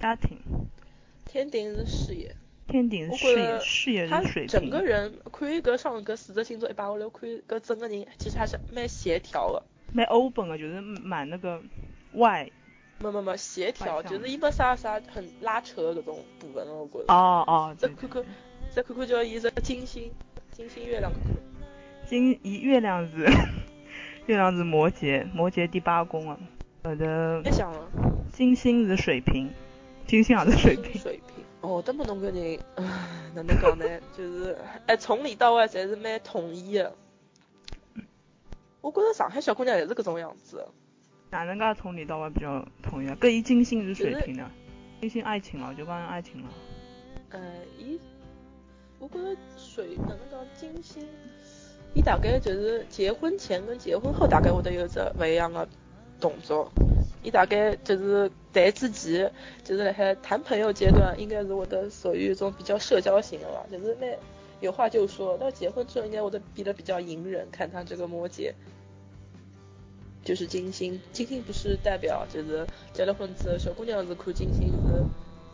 [SPEAKER 2] 家庭？
[SPEAKER 3] 天顶是事业。
[SPEAKER 2] 天顶是事
[SPEAKER 3] 我觉
[SPEAKER 2] 业，
[SPEAKER 3] 得
[SPEAKER 2] 事业
[SPEAKER 3] 他
[SPEAKER 2] 是水
[SPEAKER 3] 整个
[SPEAKER 2] 瓶，
[SPEAKER 3] 人看伊搿上搿四只星座一摆下来，看伊搿整个人其实还是蛮协调的。
[SPEAKER 2] 蛮 open 的，就是蛮那个外
[SPEAKER 3] 没没没，协调
[SPEAKER 2] 外向
[SPEAKER 3] 就是伊没啥啥很拉扯的搿种部分了，我觉着。
[SPEAKER 2] 哦哦，
[SPEAKER 3] 再
[SPEAKER 2] 对，
[SPEAKER 3] 看看，再看看叫伊只金星，金星月亮看看。
[SPEAKER 2] 金一月亮是 月亮是摩羯，摩羯第八宫啊，我的
[SPEAKER 3] 别想了，
[SPEAKER 2] 金星是水瓶，金星也是水
[SPEAKER 3] 金
[SPEAKER 2] 瓶
[SPEAKER 3] 星，水平。哦，这么侬搿人，唉，哪能讲呢？ 就是哎，从里到外侪是蛮统一的。我觉着上海小姑娘也是搿种样子的。
[SPEAKER 2] 哪能噶从里到外比较统一啊？搿伊金星是水
[SPEAKER 3] 就是
[SPEAKER 2] 瓶的，金星爱情了，啊就帮人爱情了。
[SPEAKER 3] 呃，伊，我觉着水哪能讲金星，伊大概就是结婚前跟结婚后大概会得有只勿一样的动作。伊大概就是在之前，就是辣海谈朋友阶段，应该是会得属于一种比较社交型的吧，就是那有话就说。到结婚之后，应该会得变得比较隐忍，看他这个摩羯。就是金星，金星不是代表就是结了婚之后，小姑娘是看金星是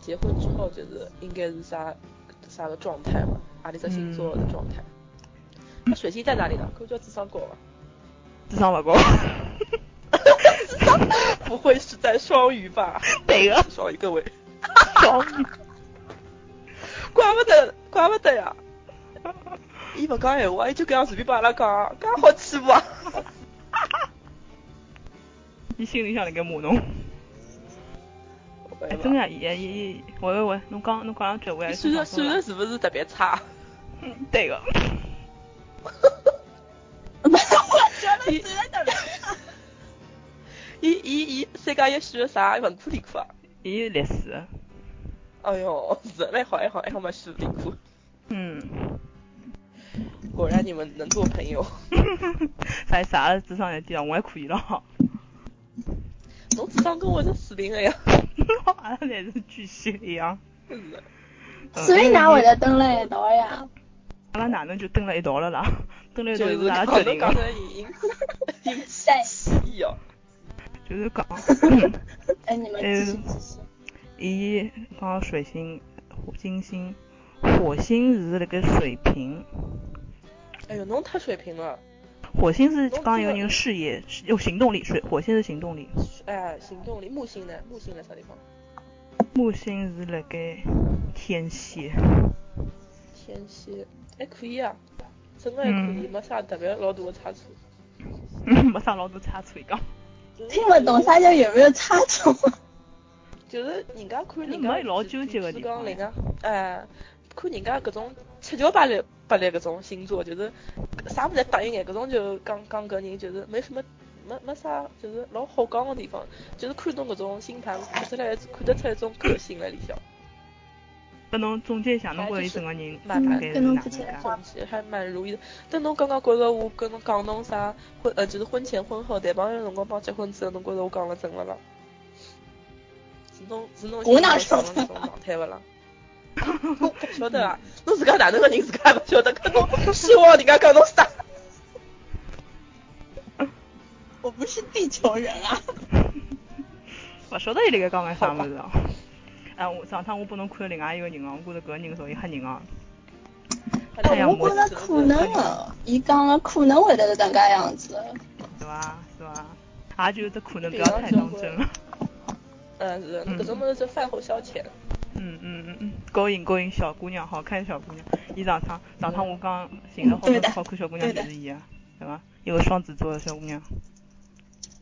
[SPEAKER 3] 结婚之后就是应该是啥啥个状态嘛，阿里只星座的状态。
[SPEAKER 2] 嗯
[SPEAKER 3] 那水星在哪里呢？可不叫智商高吧？
[SPEAKER 2] 智商勿高，
[SPEAKER 3] 不会是在双鱼吧？
[SPEAKER 2] 对个
[SPEAKER 3] 双鱼各位，
[SPEAKER 2] 双鱼。
[SPEAKER 3] 怪不得，怪不得呀！伊勿讲闲话，伊就搿样随便帮阿拉讲，介好欺负 啊！
[SPEAKER 2] 伊心里向辣盖骂侬，
[SPEAKER 3] 会
[SPEAKER 2] 哎，
[SPEAKER 3] 吧
[SPEAKER 2] 真的呀，也也也，喂喂喂，侬讲侬讲两句，我还
[SPEAKER 3] 你
[SPEAKER 2] 是
[SPEAKER 3] 算
[SPEAKER 2] 想
[SPEAKER 3] 术
[SPEAKER 2] 说
[SPEAKER 3] 算
[SPEAKER 2] 的
[SPEAKER 3] 术是不是特别差？
[SPEAKER 2] 嗯对个，
[SPEAKER 1] 我觉得
[SPEAKER 3] 你
[SPEAKER 1] 真的特
[SPEAKER 3] 伊伊伊，三加一选的啥文科理科啊？
[SPEAKER 2] 伊是历史，
[SPEAKER 3] 哎哟，是还好还好还好没选理科，
[SPEAKER 2] 嗯，
[SPEAKER 3] 果然你们能做朋友。
[SPEAKER 2] 啥啥智商也低了，我还可以了，
[SPEAKER 3] 侬智商跟我是死灵了呀！
[SPEAKER 2] 阿拉侪是巨星一样，
[SPEAKER 3] 是的
[SPEAKER 2] 嗯
[SPEAKER 1] 所以哪会？
[SPEAKER 2] 因为
[SPEAKER 1] 得蹲辣一道呀？
[SPEAKER 2] 阿拉哪能就蹲了一道了啦？ 蹲了一道
[SPEAKER 3] 就是是
[SPEAKER 2] 阿
[SPEAKER 3] 讲
[SPEAKER 2] 拉决
[SPEAKER 3] 侬
[SPEAKER 2] 定
[SPEAKER 3] 讲
[SPEAKER 2] 的，
[SPEAKER 3] 的引引
[SPEAKER 1] 晒
[SPEAKER 3] 起哦，
[SPEAKER 2] 就是嗯讲。
[SPEAKER 1] 哎，你们
[SPEAKER 2] 嗯
[SPEAKER 1] 继续继续。
[SPEAKER 2] 伊讲水星、金星、火星是辣盖水瓶，
[SPEAKER 3] 哎哟，侬太水平了，
[SPEAKER 2] 火星是
[SPEAKER 3] 侬这
[SPEAKER 2] 讲一个
[SPEAKER 3] 个
[SPEAKER 2] 人事业是有行动力，水火星是行动力，
[SPEAKER 3] 哎，行动力。木星呢？木星在啥地方？
[SPEAKER 2] 木星是辣盖天蝎，
[SPEAKER 3] 天蝎还可以啊，真的还可以，
[SPEAKER 2] 嗯
[SPEAKER 3] 没啥特别老大的差错。
[SPEAKER 2] 没啥老多差错伊讲，
[SPEAKER 3] 就是
[SPEAKER 1] 听不懂啥叫有没有差错？
[SPEAKER 3] 就是人家看人
[SPEAKER 2] 没
[SPEAKER 3] 家，
[SPEAKER 2] 老纠结的地
[SPEAKER 3] 是
[SPEAKER 2] 方呀
[SPEAKER 3] 讲人家，哎，看人家搿种七窍八咧八咧搿种星座，就是啥物事答应眼，搿种就讲讲搿人就是没什么。没没啥，就是老好讲的地方，就是看侬搿种星盘看出来，看得出来一种个性在里向，
[SPEAKER 2] 拨侬总结一下，侬
[SPEAKER 3] 哎
[SPEAKER 2] 觉着
[SPEAKER 3] 就
[SPEAKER 2] 伊
[SPEAKER 3] 是
[SPEAKER 2] 整个人
[SPEAKER 3] 蛮
[SPEAKER 2] 大
[SPEAKER 3] 蛮
[SPEAKER 2] 概是
[SPEAKER 1] 跟侬
[SPEAKER 2] 哪
[SPEAKER 1] 之
[SPEAKER 2] 能介
[SPEAKER 1] 前的？
[SPEAKER 3] 总结还蛮如意的。但侬刚刚觉着我跟侬讲侬啥婚呃，就是婚前婚后谈朋友的辰光帮结婚之后，侬觉着我讲了准了伐？是侬是侬
[SPEAKER 1] 我哪
[SPEAKER 3] 心
[SPEAKER 1] 晓
[SPEAKER 3] 里想
[SPEAKER 1] 得
[SPEAKER 3] 的搿种状态勿啦？侬不 晓得啊？侬自家哪能个人自家也勿晓得，搿侬希望人家讲侬啥？
[SPEAKER 1] 我不是地球人啊！
[SPEAKER 2] 勿晓得伊辣盖讲眼啥物事哦。哎，我上趟我拨侬看了另外一个人哦，我觉着搿个人属于吓人哦。 太
[SPEAKER 1] 哎，
[SPEAKER 2] 阳
[SPEAKER 1] 我
[SPEAKER 2] 摩
[SPEAKER 1] 觉得可能哦，伊讲了可能会得是这个样子。
[SPEAKER 2] 是伐？是伐？也就是这可能不
[SPEAKER 3] 对
[SPEAKER 2] 要
[SPEAKER 3] 要
[SPEAKER 2] 太
[SPEAKER 3] 交
[SPEAKER 2] 当
[SPEAKER 3] 关
[SPEAKER 2] 真了。
[SPEAKER 3] 嗯是，搿种物事就饭后消遣。
[SPEAKER 2] 嗯嗯嗯嗯，勾引勾引小姑娘，好看小姑娘。伊上趟上趟我讲寻了好
[SPEAKER 1] 对
[SPEAKER 2] 多
[SPEAKER 1] 的
[SPEAKER 2] 好看小姑娘
[SPEAKER 1] 对的
[SPEAKER 2] 就是伊啊，对伐？一个双子座的小姑娘，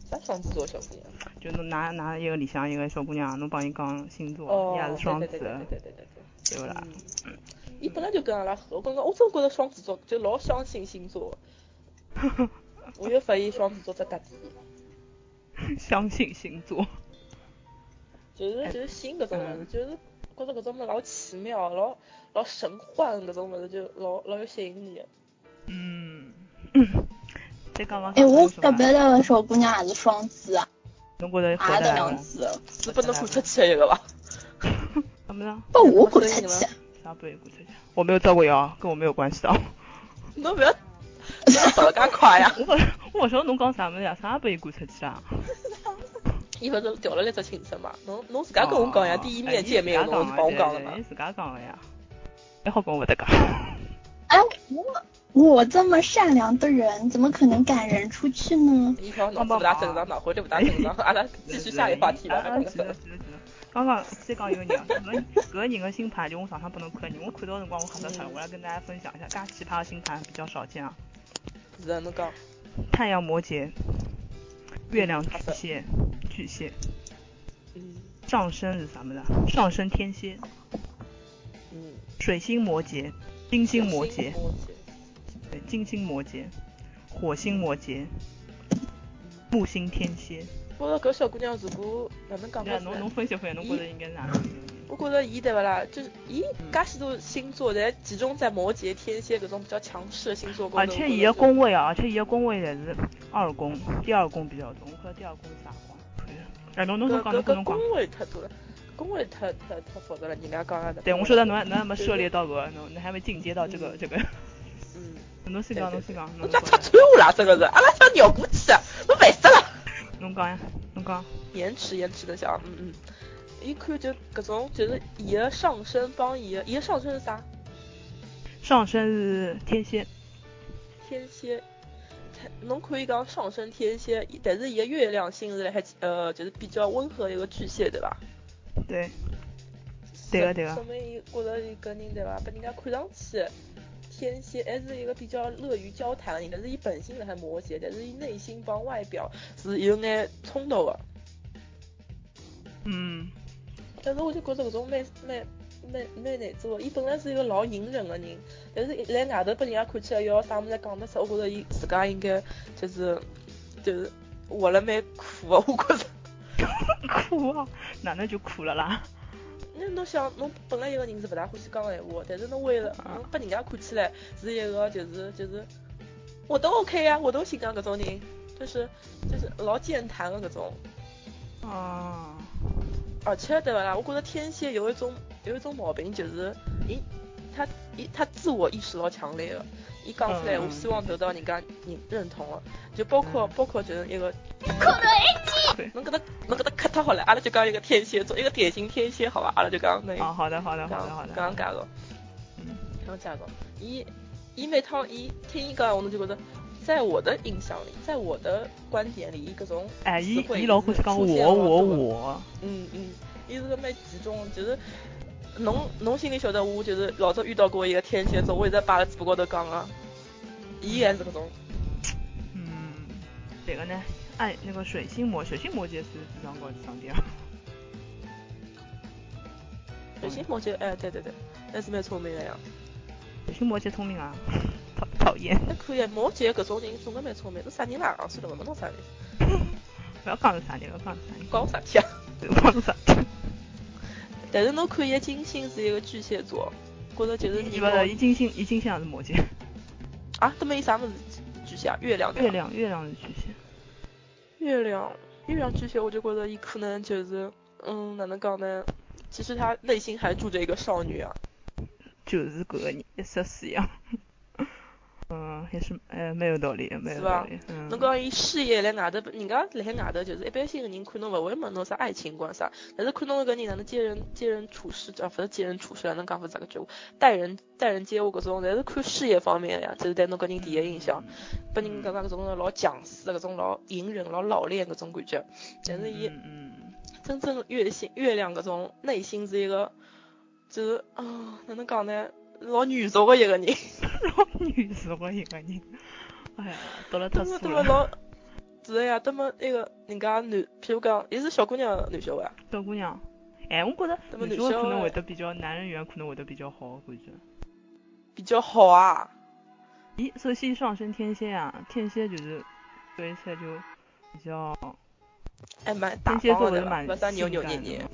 [SPEAKER 3] 啥双子座小姑娘？
[SPEAKER 2] 就侬拿拿一个里向一个小姑娘，侬帮伊讲星座，
[SPEAKER 3] 哦
[SPEAKER 2] 伊也，是双
[SPEAKER 3] 对
[SPEAKER 2] 子
[SPEAKER 3] 对对对
[SPEAKER 2] 的，
[SPEAKER 3] 对对对对。
[SPEAKER 2] 对勿啦？
[SPEAKER 3] 伊本来就跟阿拉合，我刚刚我真觉着双子座就老相信星座。我越发现双子座只特 点，
[SPEAKER 2] 相信星座，
[SPEAKER 3] 就是就是信搿种物事，就是觉着搿种物事老奇妙，老老神幻搿种物事就老老有吸引力。
[SPEAKER 2] 嗯。再讲讲
[SPEAKER 1] 哎，我
[SPEAKER 2] 啥
[SPEAKER 1] 隔壁那个小姑娘也是双子啊，
[SPEAKER 2] 侬觉着合
[SPEAKER 1] 也
[SPEAKER 2] 得
[SPEAKER 1] 是
[SPEAKER 2] 来
[SPEAKER 1] 双
[SPEAKER 2] 伐？
[SPEAKER 1] 子，
[SPEAKER 3] 是拨侬看出去的一个 伐？
[SPEAKER 2] 怎么了？
[SPEAKER 1] 被我赶出去。
[SPEAKER 2] 啥不会过去？我没有照过腰，跟我没有关系的哦。
[SPEAKER 3] 侬勿要不要跑得介快啊 呀！
[SPEAKER 2] 我不我不晓得侬讲啥物事呀，啥被伊赶出去啊？
[SPEAKER 3] 伊勿是调了来只寝室嘛？ 啊哎侬侬自家跟我讲呀，第一面见面侬是帮我讲的嘛
[SPEAKER 2] 伊？自家讲的呀，还好跟我勿搭讲。
[SPEAKER 1] 哎，我我这么善良的人，怎么可能赶人出去呢？
[SPEAKER 3] 伊好像脑子勿大正常，脑回就勿大 正常。阿拉继续下一话题吧。
[SPEAKER 2] 啊，是的，是的，是的。刚刚再讲一个人啊，搿人搿个人的星盘就我上趟拨侬看的人，我看到的辰光我吓得出来，我来跟大家分享一下，介奇葩的星盘比较少见啊。
[SPEAKER 3] 是的，侬讲。
[SPEAKER 2] 太阳摩羯，月亮巨蟹，巨蟹，
[SPEAKER 3] 嗯
[SPEAKER 2] 上升是啥么子啊？上升天蝎，
[SPEAKER 3] 嗯。
[SPEAKER 2] 水星摩羯，金星摩羯，
[SPEAKER 3] 摩羯。
[SPEAKER 2] 对，金星摩羯，火星摩羯，木星天蝎。
[SPEAKER 3] 我觉着搿小姑娘如果哪能讲
[SPEAKER 2] 对啊，
[SPEAKER 3] 法子
[SPEAKER 2] 侬
[SPEAKER 3] 呢
[SPEAKER 2] 侬分析分析，侬觉得应该是哪能？
[SPEAKER 3] 我觉着伊对勿啦，就是伊介许多星座侪集中在摩羯、天蝎搿种比较强势的星座高头。
[SPEAKER 2] 而且伊个
[SPEAKER 3] 个
[SPEAKER 2] 宫位啊，而且伊个宫位侪是二宫，第二宫比较多。我看第二宫是啥宫？哎，侬侬侬
[SPEAKER 3] 搿
[SPEAKER 2] 讲
[SPEAKER 3] 搿
[SPEAKER 2] 侬讲
[SPEAKER 3] 搿
[SPEAKER 2] 侬讲。
[SPEAKER 3] 宫位太多了，宫位太太太复杂了，人家讲了。
[SPEAKER 2] 对，我说的侬还侬还没涉猎到过，侬侬还没进阶到这个这个。
[SPEAKER 3] 嗯，
[SPEAKER 2] 侬先讲，侬先讲，
[SPEAKER 3] 侬
[SPEAKER 2] 侬
[SPEAKER 3] 这
[SPEAKER 2] 讲
[SPEAKER 3] 插穿我啦，真个是，阿拉想绕过去啊，侬烦死了。
[SPEAKER 2] 侬讲呀，侬讲。
[SPEAKER 3] 延迟延迟的想，嗯嗯，一看就搿种就是伊个上升帮伊个伊个上升是啥？
[SPEAKER 2] 上升是天蝎，
[SPEAKER 3] 天蝎，它侬可以讲上升天蝎，但是伊个月亮星是辣海呃，就是比较温和的一个巨蟹，对伐？
[SPEAKER 2] 对，对啊个对个
[SPEAKER 3] 说明伊觉着伊搿人对伐？拨人家看上去，天蝎还是一个比较乐于交谈的人，但是伊本性辣海摩羯，但是伊内心帮外表是有眼冲突的。
[SPEAKER 2] 嗯，
[SPEAKER 3] 但是我就觉着搿种蛮蛮蛮蛮难做的。伊本来是一个老隐忍的人，但是来外头拨人家看起来要啥物事讲得出，我觉着伊自家应该就是就是活了蛮苦的。我觉着，
[SPEAKER 2] 苦啊，哪能就苦了啦？
[SPEAKER 3] 那侬想，侬本来一个人是勿大欢喜讲闲话的，但是侬为了侬拨人家看起来是一个就是就是我都 OK 啊，我都欣赏搿种人，就是就是老健谈的搿种。
[SPEAKER 2] 啊，
[SPEAKER 3] 而且对伐啦？我觉着天蝎有一种有一种毛病，就是伊他伊他自我意识老强烈的，伊讲出来，
[SPEAKER 2] 嗯
[SPEAKER 3] 我希望得到人家认认同的，就包括
[SPEAKER 2] 嗯
[SPEAKER 3] 包括就是一个，
[SPEAKER 2] 对，
[SPEAKER 3] 侬搿搭侬搿搭磕脱好了，阿拉就讲一个天蝎座，一个典型天蝎，好伐？阿拉就讲那
[SPEAKER 2] 啊，
[SPEAKER 3] 个
[SPEAKER 2] 好的，好的，好的，好的，
[SPEAKER 3] 讲讲介个，
[SPEAKER 2] 嗯，
[SPEAKER 3] 讲介个，伊伊每趟伊听伊讲闲话，啊侬就觉着。在我的印象里，在我的观点里，伊搿种
[SPEAKER 2] 哎，伊
[SPEAKER 3] 词汇
[SPEAKER 2] 伊老欢喜讲
[SPEAKER 3] 出现
[SPEAKER 2] 我
[SPEAKER 3] 了
[SPEAKER 2] 我
[SPEAKER 3] 对伐
[SPEAKER 2] 我，
[SPEAKER 3] 嗯，嗯，伊是个蛮集中，就是侬侬心里晓得，我就是老早遇到过一个天蝎座，我一直摆辣嘴巴高头讲啊，伊还是搿种，
[SPEAKER 2] 嗯，这个呢，哎，那个水星摩，水星摩羯是智商高智商低 啊？
[SPEAKER 3] 有些摩羯，哎，对对对，还是蛮聪明个呀，
[SPEAKER 2] 水星摩羯聪明啊，讨讨厌，
[SPEAKER 3] 还可以，啊摩羯搿种人总归蛮聪明，是啥人啦？啊，算了，勿问侬啥人，
[SPEAKER 2] 不要讲是啥人，不要讲是啥人，
[SPEAKER 3] 关我啥体啊？
[SPEAKER 2] 不要讲是啥人。
[SPEAKER 3] 但是侬看伊金星是一个巨蟹座，觉着就是
[SPEAKER 2] 伊
[SPEAKER 3] 人
[SPEAKER 2] 不
[SPEAKER 3] 老
[SPEAKER 2] 是，伊金星，伊金星也是摩 羯，
[SPEAKER 3] 啊，对么伊啥物事巨蟹啊？月亮对伐
[SPEAKER 2] 月亮月亮是巨蟹，
[SPEAKER 3] 月亮，月亮巨蟹，我就觉得伊可能就是，嗯，哪能讲呢？其实他内心还住着一个少女啊。
[SPEAKER 2] 就是搿个人，一说四样。 嗯，也是，哎，蛮有道理，蛮有道理。嗯，
[SPEAKER 3] 侬讲伊事业来外头，人家辣海外头就是一般性个人看侬勿会问侬啥爱情观啥，但是看侬搿人哪能接人接人处事，啊勿是接人处事，哪能讲勿是这个句话，待人待人接物搿种，侪是看事业方面个呀，就是对侬搿人第一印象，
[SPEAKER 2] 嗯
[SPEAKER 3] 拨人感觉搿种老强势，搿种老隐忍、老老练搿种感觉。但是伊
[SPEAKER 2] 嗯嗯
[SPEAKER 3] 真正月星月亮搿种内心是一个，就是啊哪能讲呢，老女族个一个人。
[SPEAKER 2] 老女是我一个人，哎呀，读了 太
[SPEAKER 3] 他
[SPEAKER 2] 素
[SPEAKER 3] 们他们
[SPEAKER 2] 了。
[SPEAKER 3] 老，是的呀，他们那个人家男，譬如讲，伊是小姑娘男小孩啊，
[SPEAKER 2] 小姑娘，哎，我觉得
[SPEAKER 3] 那么
[SPEAKER 2] 女
[SPEAKER 3] 女
[SPEAKER 2] 小孩可
[SPEAKER 3] 小
[SPEAKER 2] 能
[SPEAKER 3] 孩
[SPEAKER 2] 会得比较，男人缘可能会得比较好，感觉。
[SPEAKER 3] 比较好啊。
[SPEAKER 2] 咦，首先上升天蝎啊，天蝎就是对起来就比较，
[SPEAKER 3] 还蛮大
[SPEAKER 2] 天蝎座
[SPEAKER 3] 方
[SPEAKER 2] 不
[SPEAKER 3] 的
[SPEAKER 2] 是
[SPEAKER 3] 对吧，
[SPEAKER 2] 蛮
[SPEAKER 3] 不啥扭
[SPEAKER 2] 性
[SPEAKER 3] 扭捏
[SPEAKER 2] 感的
[SPEAKER 3] 捏
[SPEAKER 2] 嘛。，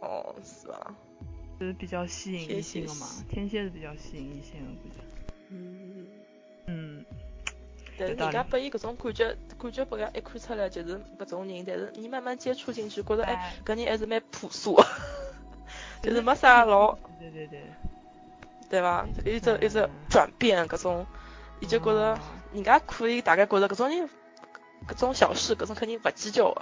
[SPEAKER 3] 哦，是吧？
[SPEAKER 2] 就是比较吸引
[SPEAKER 3] 天
[SPEAKER 2] 异性
[SPEAKER 3] 蝎
[SPEAKER 2] 的嘛。天蝎是比较吸引异性的，估计。
[SPEAKER 3] 嗯，
[SPEAKER 2] 嗯，
[SPEAKER 3] 但是
[SPEAKER 2] 有道
[SPEAKER 3] 人家
[SPEAKER 2] 理
[SPEAKER 3] 拨伊搿种感觉，感觉拨人家一看出来就是搿种人，但是你慢慢接触进去，觉着哎，
[SPEAKER 2] 哎，
[SPEAKER 3] 搿人还是蛮朴素， 就是没啥老，
[SPEAKER 2] 对对对，
[SPEAKER 3] 对伐？一直一直
[SPEAKER 2] 嗯
[SPEAKER 3] 转变搿种，伊就觉着。
[SPEAKER 2] 嗯
[SPEAKER 3] 人家可以大概觉着搿种人，搿种小事搿种肯定勿计较个，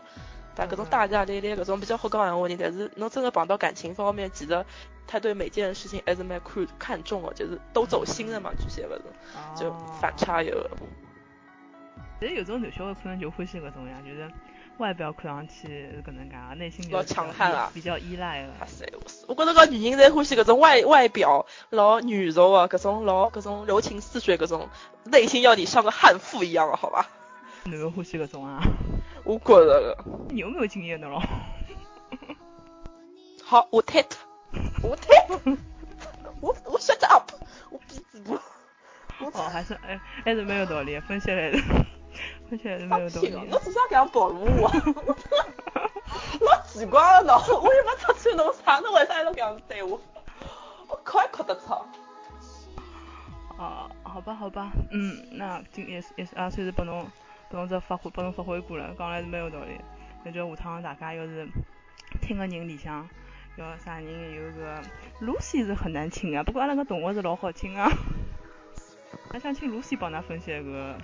[SPEAKER 3] 但搿种大大咧咧搿种比较好讲闲话人，但是侬真的碰到感情方面，其实他对每件事情还是蛮看看重个，就是都走心的嘛，巨蟹勿是，就反
[SPEAKER 2] 哦。
[SPEAKER 3] 差有个。
[SPEAKER 2] 其实有种男小孩可能就欢喜搿种呀，就是啊外表看上去是搿能介，内心就是
[SPEAKER 3] 老
[SPEAKER 2] 比较
[SPEAKER 3] 强悍
[SPEAKER 2] 依
[SPEAKER 3] 啊
[SPEAKER 2] 比较依赖的
[SPEAKER 3] 哇。塞，我是我觉着搿女人侪欢喜搿种外外表老女柔啊，搿种老搿种柔情似水搿种，内心要你像个悍妇一样个，好吧？
[SPEAKER 2] 男的欢喜搿种啊？
[SPEAKER 3] 我觉着个。
[SPEAKER 2] 你有没有经验的咯？
[SPEAKER 3] 好，我 t a p 我 t a p 我我 shut up，我闭嘴不。我
[SPEAKER 2] 哦，还是哎，还是蛮有道理，分析来的， 分析来是蛮有道理
[SPEAKER 3] 屁哦！侬做啥搿样暴露我？ 我真的老奇怪了侬，我又没出去弄啥，侬为啥要搿样子对我？我靠也靠得操！
[SPEAKER 2] 啊，好吧，好吧，嗯，那今也是也是啊，算是拨侬拨侬只发挥拨侬发挥过了，讲了还是蛮有道理。那就下趟大家要是听个人里向要啥人有个露西是很难请啊，不过阿拉个同学是老好请啊。 俺想请露西帮㑚分析搿个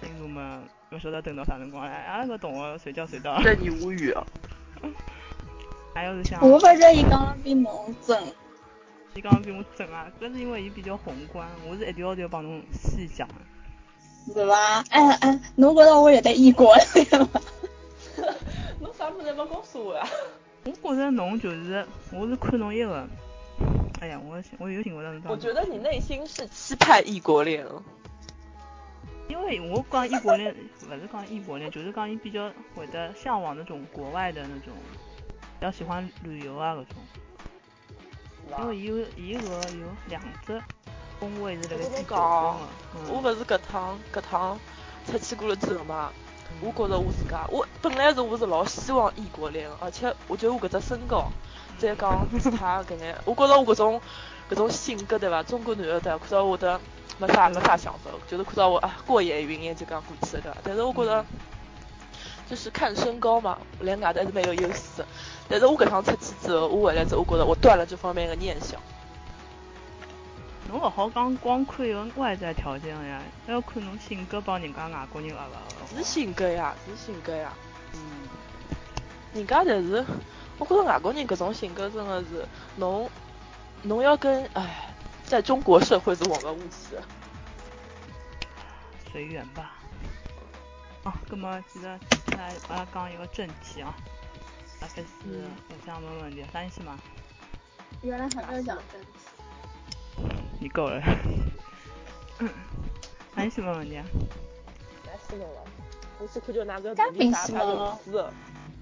[SPEAKER 2] 星座嘛，勿晓得等到啥辰光唻。阿拉个同学随叫随到，
[SPEAKER 3] 对你无语 啊！
[SPEAKER 2] 还要是想
[SPEAKER 1] 我反正伊讲了比侬准，
[SPEAKER 2] 伊讲比我准啊，搿是因为伊比较宏观，我是一条条帮侬细讲啊的。
[SPEAKER 1] 是伐？哎哎，侬觉着我有点异国了伐？
[SPEAKER 3] 侬啥物事没告诉我啊？
[SPEAKER 2] 我觉着侬就是，我是看侬一个，哎呀，我我有寻勿到侬。
[SPEAKER 3] 我觉得你内心是期盼异国恋啊了。
[SPEAKER 2] 因为我讲异国恋，勿是讲异国恋，就是讲伊比较会得向往那种国外的那种比较喜欢旅游啊搿种。因为伊有伊有个有两只工位是辣盖
[SPEAKER 3] 我跟
[SPEAKER 2] 地球
[SPEAKER 3] 侬
[SPEAKER 2] 宫
[SPEAKER 3] 讲
[SPEAKER 2] 的，，
[SPEAKER 3] 我
[SPEAKER 2] 嗯，
[SPEAKER 3] 勿是搿趟搿趟出去过了之后嘛，我觉着我自家，我本来是我是老希望异国恋的，而且我觉得我搿只身高，再讲其他搿眼，我觉着我搿种搿种性格对伐？中国男的对伐，看到我的没啥没啥想法，就是看到我啊过眼云烟就讲过去了对伐？但是我觉着。就是看身高嘛，两外头还是蛮有优势的。但是我搿趟出去之后，我回来之后，我觉着我断了这方面的念想。
[SPEAKER 2] 侬勿好讲光看一个外在条件呀，要看侬性格帮人家外国人合勿合
[SPEAKER 3] 是。性格呀，是性格呀。
[SPEAKER 2] 嗯，
[SPEAKER 3] 人家但是，我觉着外国人搿种性格真的是，侬侬要跟唉，在中国社会是混勿下去的。
[SPEAKER 2] 随缘吧。啊，葛末其实来阿拉讲一个正题啊，阿开始
[SPEAKER 3] 嗯
[SPEAKER 2] 互相问问题，啥人先嘛？
[SPEAKER 1] 原来还没有讲真题。
[SPEAKER 2] 你够了。 啥人先问问题啊？
[SPEAKER 3] 来西侬了，我去看就拿个
[SPEAKER 1] 嘉宾是吗
[SPEAKER 3] 的。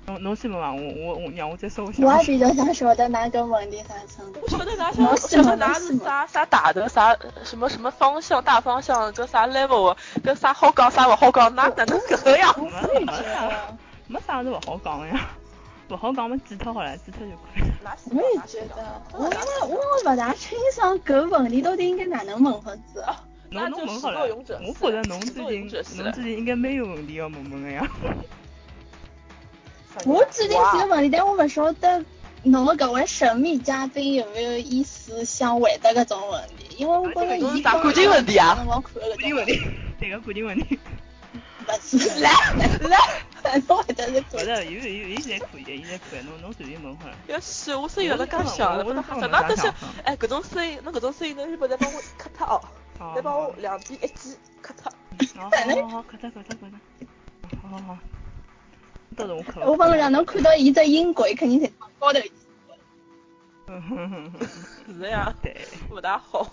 [SPEAKER 2] 侬侬先问啊伐？我我我让我再稍微想
[SPEAKER 1] 我也
[SPEAKER 2] 想。
[SPEAKER 1] 比较想晓得哪个稳定啥生的
[SPEAKER 3] 我。晓得哪
[SPEAKER 1] 侬
[SPEAKER 3] 想，
[SPEAKER 1] 是
[SPEAKER 3] 晓得
[SPEAKER 1] 吗
[SPEAKER 3] 哪
[SPEAKER 1] 侬是
[SPEAKER 3] 是
[SPEAKER 1] 吗
[SPEAKER 3] 啥啥大的啥什么什么方向大方向，搿啥 level，搿啥好讲啥勿好讲，哪哪能搿个样？
[SPEAKER 1] 我也觉得，
[SPEAKER 2] 没啥是勿好讲个呀， 勿好讲，我们记脱好了，记脱就可以了。
[SPEAKER 3] 哪 是
[SPEAKER 1] 我也觉得，我因为我也不大清爽搿问题到底应该哪能问法子。
[SPEAKER 2] 侬
[SPEAKER 3] 那
[SPEAKER 2] 侬
[SPEAKER 3] 就
[SPEAKER 2] 问
[SPEAKER 3] 始
[SPEAKER 2] 好
[SPEAKER 3] 作
[SPEAKER 2] 了，
[SPEAKER 3] 俑者
[SPEAKER 2] 我
[SPEAKER 3] 是
[SPEAKER 2] 觉着侬
[SPEAKER 3] 始
[SPEAKER 2] 最
[SPEAKER 3] 作
[SPEAKER 2] 近
[SPEAKER 3] 俑者是
[SPEAKER 2] 侬最近应该没有问题要问问个 呀。
[SPEAKER 1] 我指定是
[SPEAKER 3] 哇
[SPEAKER 1] 个问题，但我不晓得侬的搿位神秘嘉宾有没有意思想回答搿种问题，因为我觉着
[SPEAKER 3] 侬
[SPEAKER 1] 伊
[SPEAKER 3] 是啥固定问题啊
[SPEAKER 1] 我看搿种
[SPEAKER 2] 题， 对个固定问题。
[SPEAKER 1] 不是来来，我回答是
[SPEAKER 2] 勿
[SPEAKER 1] 固定。
[SPEAKER 2] 是，有有有，现在可以，现在可以，侬侬随便问好了。
[SPEAKER 3] 要是我是原来刚想的，不是哈想，那但是，哎，各种声音，那各种声音，那日本再帮我咔嚓哦，
[SPEAKER 2] 好
[SPEAKER 3] 再帮
[SPEAKER 2] 好
[SPEAKER 3] 我两边一击咔嚓。
[SPEAKER 2] 好好好，可得可得可得，好好好。到辰我看。
[SPEAKER 1] 我帮侬讲，侬看到伊只音轨肯定是往高头移。
[SPEAKER 2] 嗯。
[SPEAKER 3] 是的呀，
[SPEAKER 2] 对。
[SPEAKER 3] 不大好。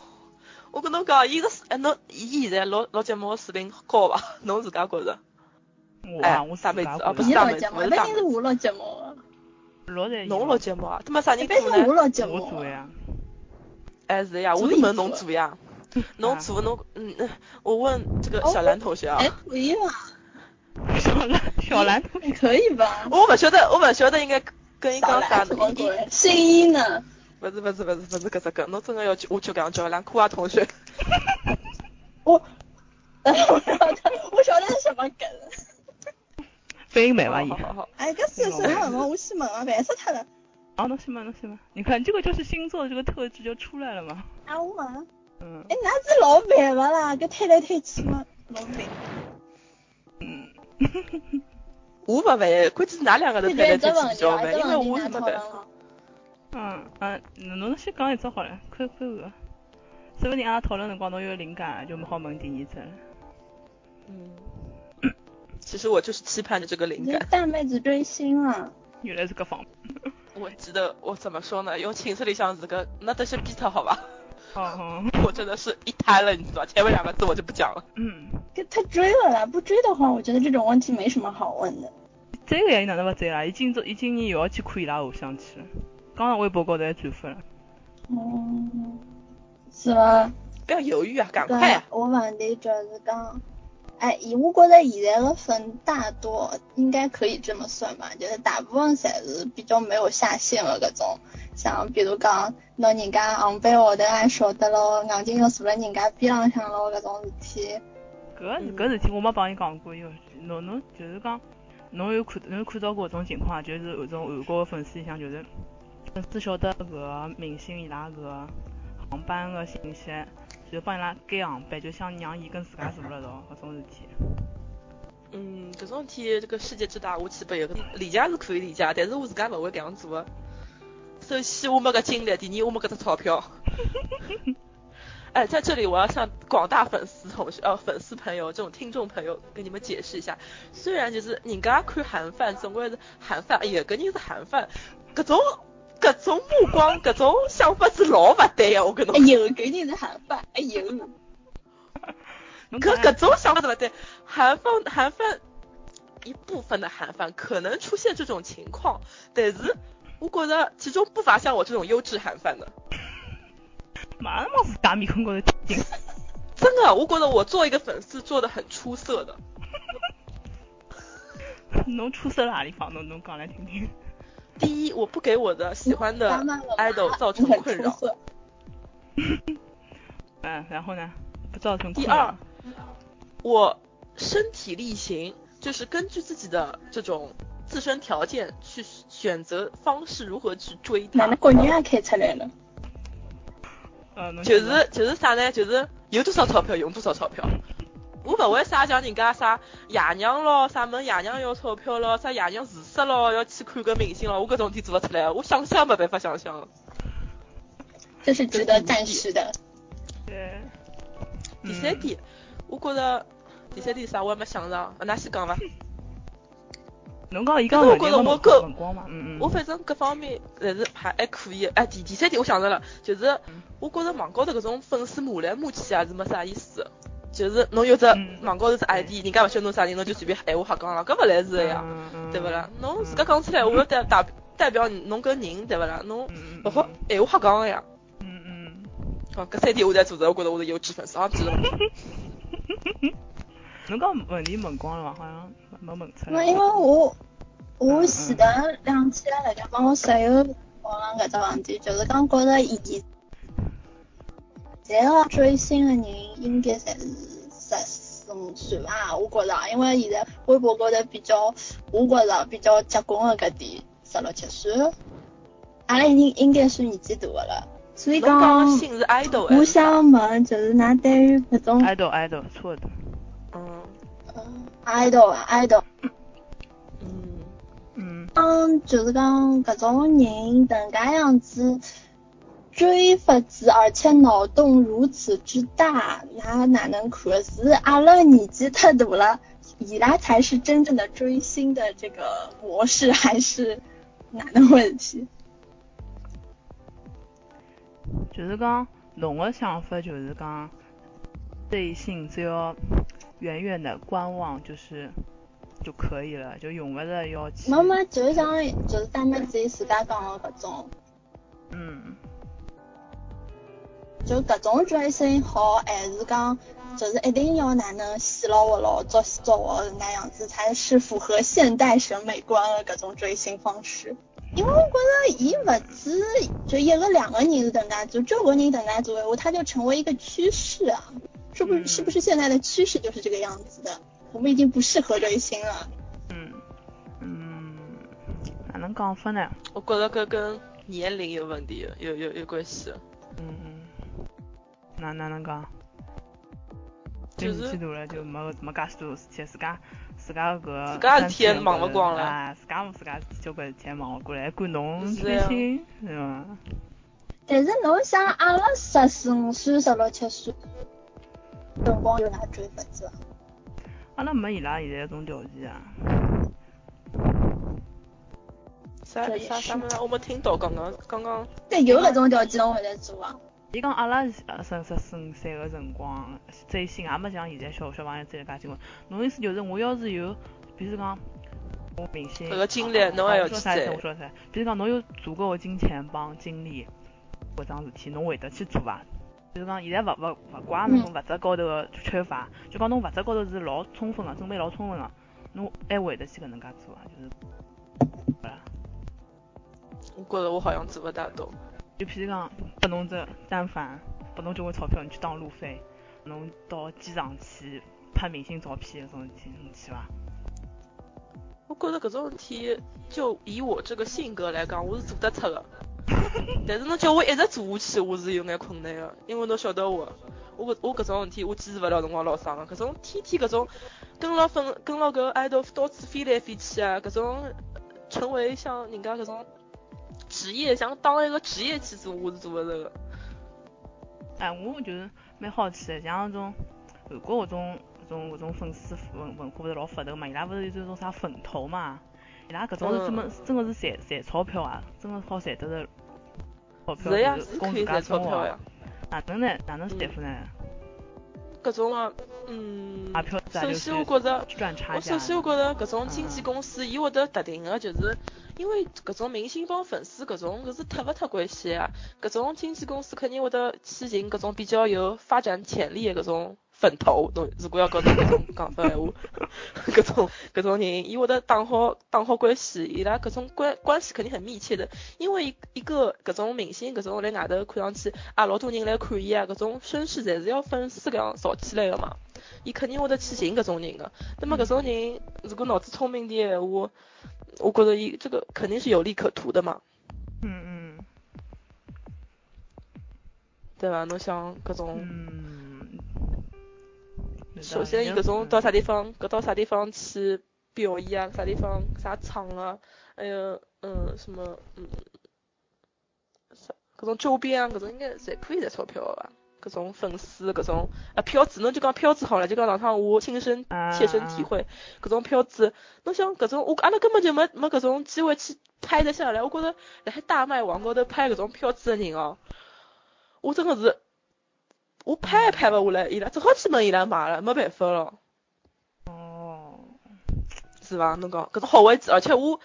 [SPEAKER 3] 我跟侬讲，伊个水哎，侬伊现在老老节目的水平高伐？ 侬自家觉着？
[SPEAKER 2] 我啊，我自家
[SPEAKER 1] 伊录节目，一定是我录节目的，
[SPEAKER 2] 老在
[SPEAKER 3] 侬录节目啊？他妈啥
[SPEAKER 1] 一
[SPEAKER 3] 人
[SPEAKER 1] 般是
[SPEAKER 3] 做
[SPEAKER 1] 我
[SPEAKER 3] 呢？
[SPEAKER 1] 录节
[SPEAKER 2] 我
[SPEAKER 1] 目
[SPEAKER 2] 做。呀。
[SPEAKER 3] 哎，是的呀，我
[SPEAKER 1] 所
[SPEAKER 3] 是
[SPEAKER 1] 以
[SPEAKER 3] 问侬
[SPEAKER 1] 做
[SPEAKER 3] 做呀，侬做侬嗯，嗯我问这个
[SPEAKER 1] 哦
[SPEAKER 3] 小兰同学啊
[SPEAKER 1] 还。可以吧？
[SPEAKER 2] 小兰，小兰同学，
[SPEAKER 1] 可以吧？
[SPEAKER 3] 我不晓得，我不晓得应该跟伊
[SPEAKER 1] 少
[SPEAKER 3] 讲
[SPEAKER 1] 来
[SPEAKER 3] 啥
[SPEAKER 1] 什
[SPEAKER 3] 侬
[SPEAKER 1] 么
[SPEAKER 3] 伊
[SPEAKER 1] 鬼？新一呢？
[SPEAKER 3] 不是不是不是不是搿只个，侬真的要去我就讲叫兰库啊同 学。
[SPEAKER 1] 我，我晓得，我晓得是什么梗。
[SPEAKER 2] 反应慢伐伊
[SPEAKER 3] 好？好好。
[SPEAKER 1] 哎，搿是什么什么？我去问啊，烦死他了。
[SPEAKER 2] 啊，侬先问，侬先问。你看，这个就是星座的这个特质就出来了嘛。
[SPEAKER 1] 啊，我问，
[SPEAKER 2] 嗯
[SPEAKER 1] 哎，哪是老烦勿啦？搿推来推去嘛，老烦。
[SPEAKER 2] 嗯。
[SPEAKER 3] 我勿烦，关键是㑚两个头
[SPEAKER 1] 你
[SPEAKER 3] 推来
[SPEAKER 1] 这
[SPEAKER 3] 推
[SPEAKER 1] 问
[SPEAKER 3] 去
[SPEAKER 1] 题
[SPEAKER 3] 较
[SPEAKER 1] 啊，
[SPEAKER 3] 烦，
[SPEAKER 1] 这
[SPEAKER 3] 因为
[SPEAKER 1] 问题
[SPEAKER 3] 我
[SPEAKER 1] 哪
[SPEAKER 3] 是
[SPEAKER 1] 讨
[SPEAKER 3] 没办
[SPEAKER 1] 论
[SPEAKER 3] 法。
[SPEAKER 1] 了？
[SPEAKER 2] 嗯嗯，侬侬先讲一只好了，快快个。说不定阿拉讨论辰光侬有灵感，就好问第二只了。
[SPEAKER 3] 嗯，其实我就是期盼着这个灵
[SPEAKER 1] 你是
[SPEAKER 3] 感。
[SPEAKER 1] 大妹子追星啊？
[SPEAKER 2] 原来是个方面。
[SPEAKER 3] 我记得我怎么说呢？用寝室里向这个，那都是 beat 好吧？
[SPEAKER 2] 哦，
[SPEAKER 3] 我真的是一瘫了，你知道？前面两个字我就不讲了。
[SPEAKER 2] 嗯，
[SPEAKER 1] 搿他追了啦，不追的话，我觉得这种问题没什么好问的。
[SPEAKER 2] 这个呀，伊哪能勿追啦？伊今朝伊今年又要去看伊拉偶像去了，刚刚微博高头还转发了。
[SPEAKER 3] 哦
[SPEAKER 1] 嗯，是伐？
[SPEAKER 3] 不要犹豫啊，赶快
[SPEAKER 1] 对
[SPEAKER 3] 啊！，
[SPEAKER 1] 我问题就是讲，哎，以我觉得现在的粉大多应该可以这么算吧，就是大部分侪是比较没有下限的搿种，像比如讲，拿人家红背后头也晓得咯，硬劲要坐辣人家边浪向咯搿种事体，
[SPEAKER 2] 搿
[SPEAKER 3] 嗯
[SPEAKER 2] 搿事体我没帮伊讲过，因为侬侬就是讲，侬有看侬有看到过搿种情况啊，就是有种韩国的粉丝里向就是粉丝晓得搿个明星伊拉搿个航班个信息，就帮伊拉改航班，就想让伊跟自家坐辣一道搿种事体。
[SPEAKER 3] 嗯，搿种事体，这个世界之大，无奇不有。理解是可以理解，但是我自家勿会搿样做的。首先，我没搿精力；第二，我没搿只钞票。哎，在这里我要向广大粉丝同学、呃粉丝朋友、这种听众朋友跟你们解释一下，虽然就是人家看韩范，总归是韩范，哎呀，搿人是韩范，搿种搿种目光、搿种想法是老勿对呀，我跟侬
[SPEAKER 1] 哎呦，搿人是韩范，哎呦，
[SPEAKER 2] 侬
[SPEAKER 3] 可
[SPEAKER 2] 讲
[SPEAKER 3] 搿种想法对不对？韩范韩范一部分的韩范可能出现这种情况，但是我觉着其中不乏像我这种优质韩范的。
[SPEAKER 2] 马上貌似假面孔高头听，
[SPEAKER 3] 真的，我觉得我做一个粉丝做的很出色的。
[SPEAKER 2] 侬出色哪里方？侬侬讲来听听。
[SPEAKER 3] 第一，我不给我的喜欢的
[SPEAKER 1] 当然了
[SPEAKER 3] idol 造成
[SPEAKER 1] 很
[SPEAKER 3] 困
[SPEAKER 1] 出
[SPEAKER 3] 扰。
[SPEAKER 1] 色。
[SPEAKER 2] 嗯，然后呢？不造成
[SPEAKER 3] 第
[SPEAKER 2] 困
[SPEAKER 3] 二
[SPEAKER 2] 扰。，
[SPEAKER 3] 我身体力行，就是根据自己的这种自身条件去选择方式如何去追
[SPEAKER 1] 哪
[SPEAKER 3] 他
[SPEAKER 1] 能。国语也开出来了？
[SPEAKER 2] 呃，侬
[SPEAKER 3] 就
[SPEAKER 2] 先讲
[SPEAKER 3] 是就是啥呢？就是有多少钞票用多少钞票。我勿会啥像人家啥爷娘咯，啥问爷娘要钞票咯，啥爷娘自杀咯，要去看个明星咯，我搿种事体做勿出来，我想想没办法想象。
[SPEAKER 1] 这是值得赞许的。
[SPEAKER 2] 对。
[SPEAKER 3] 第三
[SPEAKER 2] 嗯，
[SPEAKER 3] 点，我觉着第三点啥我还没想上，啊，㑚先讲伐？
[SPEAKER 2] 侬讲伊
[SPEAKER 3] 但
[SPEAKER 2] 讲
[SPEAKER 3] 是我
[SPEAKER 2] 问题
[SPEAKER 3] 觉得
[SPEAKER 2] 个
[SPEAKER 3] 我
[SPEAKER 2] 辰
[SPEAKER 3] 够
[SPEAKER 2] 辰光嘛，嗯嗯。
[SPEAKER 3] 我反正各方面还是还还可以。哎，第第三点我想着了，就是
[SPEAKER 2] 嗯
[SPEAKER 3] 我觉着网高头搿种粉丝骂来骂去也是没啥意思。就是侬有只
[SPEAKER 2] 嗯
[SPEAKER 3] 网高头只 ID，人家勿晓得侬啥人，侬就随便闲话瞎讲了，搿勿来事个呀。
[SPEAKER 2] 嗯，嗯
[SPEAKER 3] 对勿啦？侬自家讲出来，我要代代代表侬搿人，对勿啦？侬
[SPEAKER 2] 嗯嗯
[SPEAKER 3] 勿好闲话瞎讲个呀。
[SPEAKER 2] 嗯嗯。
[SPEAKER 3] 哦，搿三点我侪做着，我觉着我是优质粉丝，啊，记得伐？
[SPEAKER 2] 侬讲问题问光了伐？好像没问出
[SPEAKER 1] 那
[SPEAKER 2] 来。
[SPEAKER 1] 因为我我前头两天辣盖帮我室友讨论搿只问题，就是讲觉着现在个追星个人应该侪是十四五岁伐？我觉着，因为现在微博高头比较，我觉着比较结棍个搿点十六七岁，阿拉应应该算年纪大个了。所以
[SPEAKER 3] 侬讲个
[SPEAKER 1] 讲，
[SPEAKER 3] 姓是 idol，还
[SPEAKER 1] 我
[SPEAKER 3] 是
[SPEAKER 1] 想问，就是㑚对于搿种
[SPEAKER 2] idol idol 错的。
[SPEAKER 3] 嗯
[SPEAKER 1] 嗯 idol 啊 idol。
[SPEAKER 3] 嗯，
[SPEAKER 2] 嗯
[SPEAKER 1] 讲就是讲搿种人能介样子追法子，而且脑洞如此之大，哪哪能看？是阿拉年纪太大了，伊拉才是真正的追星的这个模式，还是哪能问题？
[SPEAKER 2] 就是讲侬的想法就是讲，对性只要远远的观望就是就可以了，就用不着要去。
[SPEAKER 1] 那么就是讲，就是他们自己自家讲的搿种。
[SPEAKER 2] 嗯，
[SPEAKER 1] 就搿种追星好，还是讲就是一定要哪能洗脑我咯，做洗做我那样子才是符合现代审美观的搿种追星方式。因为我觉着伊勿止就一个两个人是能介做，交关人能介做的话，它就成为一个趋势啊，是不是？
[SPEAKER 2] 嗯
[SPEAKER 1] 是不是现在的趋势就是这个样子的？我们已经不适合追星了。
[SPEAKER 2] 嗯嗯，哪能讲法呢？
[SPEAKER 3] 我觉着搿跟年龄有问题，有有有关系。
[SPEAKER 2] 嗯嗯，哪哪能讲？
[SPEAKER 3] 就
[SPEAKER 2] 年纪
[SPEAKER 3] 是
[SPEAKER 2] 大了就没没介许多事体，自家自家搿个
[SPEAKER 3] 自家
[SPEAKER 2] 身
[SPEAKER 3] 事
[SPEAKER 2] 体
[SPEAKER 3] 体
[SPEAKER 2] 的
[SPEAKER 3] 忙
[SPEAKER 2] 高
[SPEAKER 3] 勿
[SPEAKER 2] 头
[SPEAKER 3] 光了
[SPEAKER 2] 啊，自家自家交关事体忙勿过来，还管侬
[SPEAKER 3] 是
[SPEAKER 2] 开
[SPEAKER 3] 呀
[SPEAKER 2] 心是伐？
[SPEAKER 1] 但是侬想，阿拉十四五岁、十六七岁，辰光有哪追法子啊？
[SPEAKER 2] 阿拉没伊拉现在搿种条件啊。
[SPEAKER 3] 啥
[SPEAKER 1] 这也
[SPEAKER 3] 啥
[SPEAKER 1] 是
[SPEAKER 3] 啥么啦？我没听到刚刚刚刚
[SPEAKER 1] 但有搿种条件，我会来做啊。
[SPEAKER 2] 伊讲阿拉呃十十四五岁个辰光追星，也没像现在小小朋友追得介结棍。侬意思就是我要是有，比如讲我明星
[SPEAKER 3] 搿个经历
[SPEAKER 2] 啊
[SPEAKER 3] 侬也要
[SPEAKER 2] 我
[SPEAKER 3] 去
[SPEAKER 2] 说啥意思
[SPEAKER 3] 追
[SPEAKER 2] 我说啥意思？比如讲侬有足够个金钱帮精力，搿桩事体侬会得去做伐？就是讲现在勿勿勿怪侬物质高头个缺乏，就讲侬物质高头是老充分个，准备老充分个，侬还会得去搿能介做伐？就是，勿啦。
[SPEAKER 3] 我觉着我好像做勿大到。
[SPEAKER 2] 就譬如讲，拨侬只单反，拨侬交关钞票，你去当路费，侬到机场去拍明星照片搿种事体，侬去伐？
[SPEAKER 3] 我觉着搿种事体，就以我这个性格来讲，我是做得出 的。但是侬叫我一直做下去，我是有眼困难的，因为侬晓得我，我搿我搿种事体，我坚持勿了辰光老伤个。搿种天天搿种跟牢粉跟牢搿 idol 到处飞来飞去啊，搿种呃成为像人家搿种职业，想当一个职业去做，我是做勿着个。
[SPEAKER 2] 哎，我就是蛮好奇的，像那种韩国搿种搿种搿种粉丝文文化勿是老发达嘛？伊拉勿是有这种啥粉头嘛？伊拉搿种是
[SPEAKER 3] 嗯
[SPEAKER 2] 专门真个是赚赚钞票啊，真个好赚得着钞票，
[SPEAKER 3] 是呀，
[SPEAKER 2] 就是是供
[SPEAKER 3] 可
[SPEAKER 2] 自
[SPEAKER 3] 以
[SPEAKER 2] 家啊
[SPEAKER 3] 赚钞嗯
[SPEAKER 2] 生活
[SPEAKER 3] 票
[SPEAKER 2] 啊
[SPEAKER 3] 呀。。
[SPEAKER 2] 哪能呢？哪能赚法呢？
[SPEAKER 3] 搿种啊，嗯
[SPEAKER 2] 买票，价
[SPEAKER 3] 首
[SPEAKER 2] 就是
[SPEAKER 3] 先我觉着。
[SPEAKER 2] 赚差
[SPEAKER 3] 我
[SPEAKER 2] 价
[SPEAKER 3] 首先我觉
[SPEAKER 2] 的。
[SPEAKER 3] 着搿种经纪公司，伊会得特定个，就是因为搿种明星帮粉丝搿种搿是脱勿脱关系啊。搿种经纪公司肯定会得去寻搿种比较有发展潜力的搿种粉头，侬如果要跟侬搿种讲法闲话， 搿种搿种人，伊会得打好打好关系，伊拉搿种关关系肯定很密切的。因为一一个搿种明星搿种来外头看上去啊，老多人来看伊啊，搿种声势侪是要粉丝搿样造起来的嘛。伊肯定会得去寻搿种人个。那么搿种人如果脑子聪明点闲话，我觉着伊这个肯定是有利可图的嘛，
[SPEAKER 2] 嗯嗯
[SPEAKER 3] 对伐？侬想搿种，
[SPEAKER 2] 嗯。有道
[SPEAKER 3] 首
[SPEAKER 2] 理
[SPEAKER 3] 先伊
[SPEAKER 2] 有
[SPEAKER 3] 搿种
[SPEAKER 2] 嗯
[SPEAKER 3] 到啥地方，搿到啥地方去表演啊，啥地方啥场啊，还有嗯什么嗯，啥搿种周边啊，搿种应该侪可以赚钞票的吧？搿种粉丝，搿种啊票子，侬就讲票子好了，就讲上趟我亲身
[SPEAKER 2] 啊
[SPEAKER 3] 切身体会，搿种票子，侬想搿种我阿拉根本就没没搿种机会去拍得下来，我觉着辣海大麦网高头拍搿种票子的人哦，我真的是，我拍也拍勿下来，伊拉只好去问伊拉买了，没办法了，
[SPEAKER 2] 哦，
[SPEAKER 3] 是伐？侬讲搿种好位置，而且我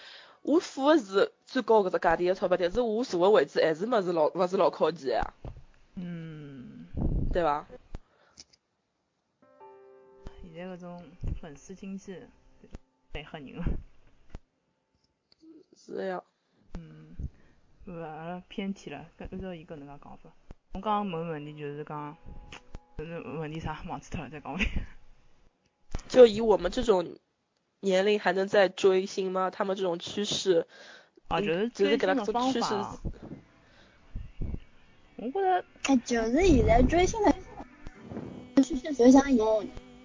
[SPEAKER 3] 我付的是最高搿只价钿的钞票，但是我坐的位置还是没是老勿是老靠前啊，
[SPEAKER 2] 嗯，
[SPEAKER 3] 对伐？
[SPEAKER 2] 现在搿种粉丝经济蛮吓人的。
[SPEAKER 3] 是呀，
[SPEAKER 2] 嗯，勿阿拉偏题了，搿按照伊搿能介讲法。侬刚刚问问题就是讲，就是问题啥忘记脱了，再讲回来。
[SPEAKER 3] 就以我们这种年龄还能再追星吗？他们这种趋势，
[SPEAKER 2] 啊，就是
[SPEAKER 3] 嗯只
[SPEAKER 2] 追
[SPEAKER 3] 是
[SPEAKER 2] 星
[SPEAKER 3] 给他
[SPEAKER 2] 的
[SPEAKER 3] 做
[SPEAKER 2] 方
[SPEAKER 3] 趋势
[SPEAKER 2] 法。我觉着，
[SPEAKER 1] 哎，就是现在追星的趋势，就像有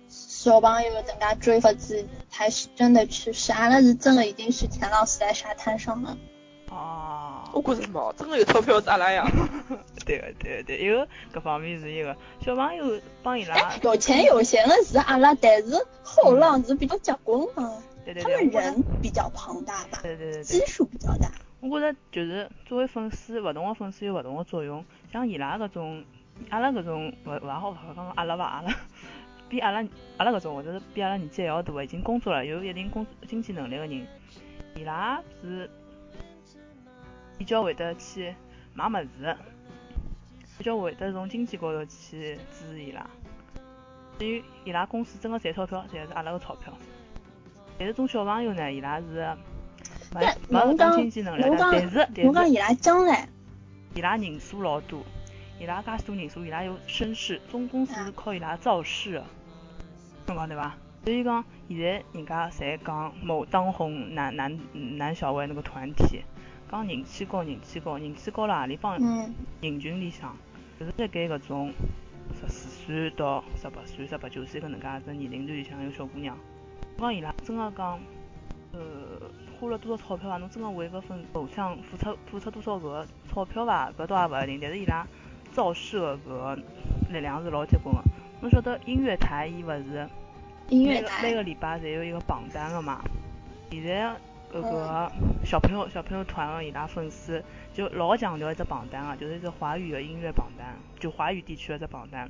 [SPEAKER 1] 小朋友人家追法子，才是真的趋势。阿拉是真的已经是前浪死在沙滩上了。
[SPEAKER 2] 啊，
[SPEAKER 3] 我觉着毛真的有钞票是阿拉 呀。
[SPEAKER 2] 对个对个对，一个搿方面是一个小朋友帮伊拉
[SPEAKER 1] 哎，，有钱有闲的是阿拉，但是后浪是比较结棍嘛，
[SPEAKER 2] 对嗯对
[SPEAKER 1] 他
[SPEAKER 2] 对，
[SPEAKER 1] 们
[SPEAKER 2] 我觉得
[SPEAKER 1] 人比较庞大吧，
[SPEAKER 2] 对对对对
[SPEAKER 1] 基。数比较大。
[SPEAKER 2] 我觉着就是作为粉丝，勿同个粉丝有勿同个作用。像伊拉搿种，阿拉搿种勿勿好勿好讲阿拉伐阿拉， 比阿拉阿拉搿种或者是比阿拉年纪还要大，已经工作了，有一定工经济能力个人，伊拉是比较会得去买物事的，比较会得从经济高头去支持伊拉。至于伊拉公司真个赚钞票，侪是阿拉个钞票。但是种小朋友呢，伊拉是没
[SPEAKER 1] 但
[SPEAKER 2] 没搿
[SPEAKER 1] 侬
[SPEAKER 2] 种
[SPEAKER 1] 讲
[SPEAKER 2] 经济能力
[SPEAKER 1] 侬
[SPEAKER 2] 的，
[SPEAKER 1] 讲
[SPEAKER 2] 但是但
[SPEAKER 1] 侬
[SPEAKER 2] 是
[SPEAKER 1] 讲伊拉将来，
[SPEAKER 2] 伊拉人数老多，伊拉介许多人数，伊拉有声势，总公司是靠伊拉造势的，侬讲对伐？所以讲，现在人家侪讲某当红男男男小孩那个团体，讲人气高，人气高，人气高了何里帮
[SPEAKER 1] 嗯，
[SPEAKER 2] 人群里向，就是辣盖搿种十四岁到十八岁、十八九岁搿能介只年龄段里向有小姑娘，我讲伊拉真个讲，呃，花了多少钞票啊？侬真个为搿份偶像付出付出多少搿个钞票伐？搿倒也勿一定，但是伊拉造势的搿个力量是老结棍个。侬晓得音乐台伊勿是
[SPEAKER 1] 音
[SPEAKER 2] 每
[SPEAKER 1] 乐
[SPEAKER 2] 个每
[SPEAKER 1] 台，
[SPEAKER 2] 个礼拜侪有一个榜单个嘛？现在搿个小朋友小朋友团个伊拉粉丝就老强调一只榜单啊，就是一只华语的音乐榜单，就华语地区的一只榜单。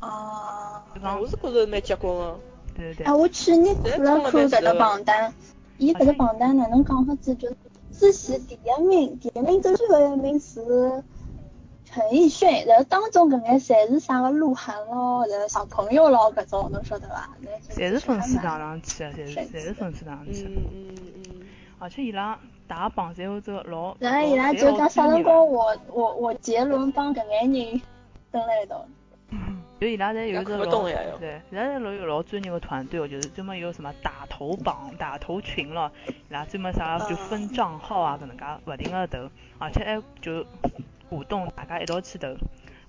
[SPEAKER 1] 啊，
[SPEAKER 2] 就讲
[SPEAKER 3] 哦我是觉着蛮结棍啊的。
[SPEAKER 2] 对对
[SPEAKER 1] 哎，我去年看了看搿个榜单，伊搿个榜单哪能讲法子？就是之前第一名，第一名最最后一名是陈奕迅，然后当中搿眼侪是啥个鹿晗咯，然后小朋友咯搿种，侬晓得伐？
[SPEAKER 2] 对，侪是粉丝打上去的，侪啊是
[SPEAKER 1] 粉丝
[SPEAKER 2] 侪是粉丝打上去的，
[SPEAKER 3] 嗯嗯嗯，
[SPEAKER 2] 而且伊啊拉打榜侪有这个老
[SPEAKER 1] 然后伊
[SPEAKER 2] 哦
[SPEAKER 1] 拉就讲啥辰光，我我我杰伦帮搿眼人蹲辣一
[SPEAKER 2] 嗯
[SPEAKER 1] 道，
[SPEAKER 2] 就伊拉侪有一个
[SPEAKER 3] 看不懂
[SPEAKER 2] 老
[SPEAKER 3] 呀哟。
[SPEAKER 2] 对，现在老有老专业的团队哦，就是专门有什么打头榜、打头群了，伊拉专门啥就分账号啊，搿能介勿停个投，而且还就鼓动大家一道去投。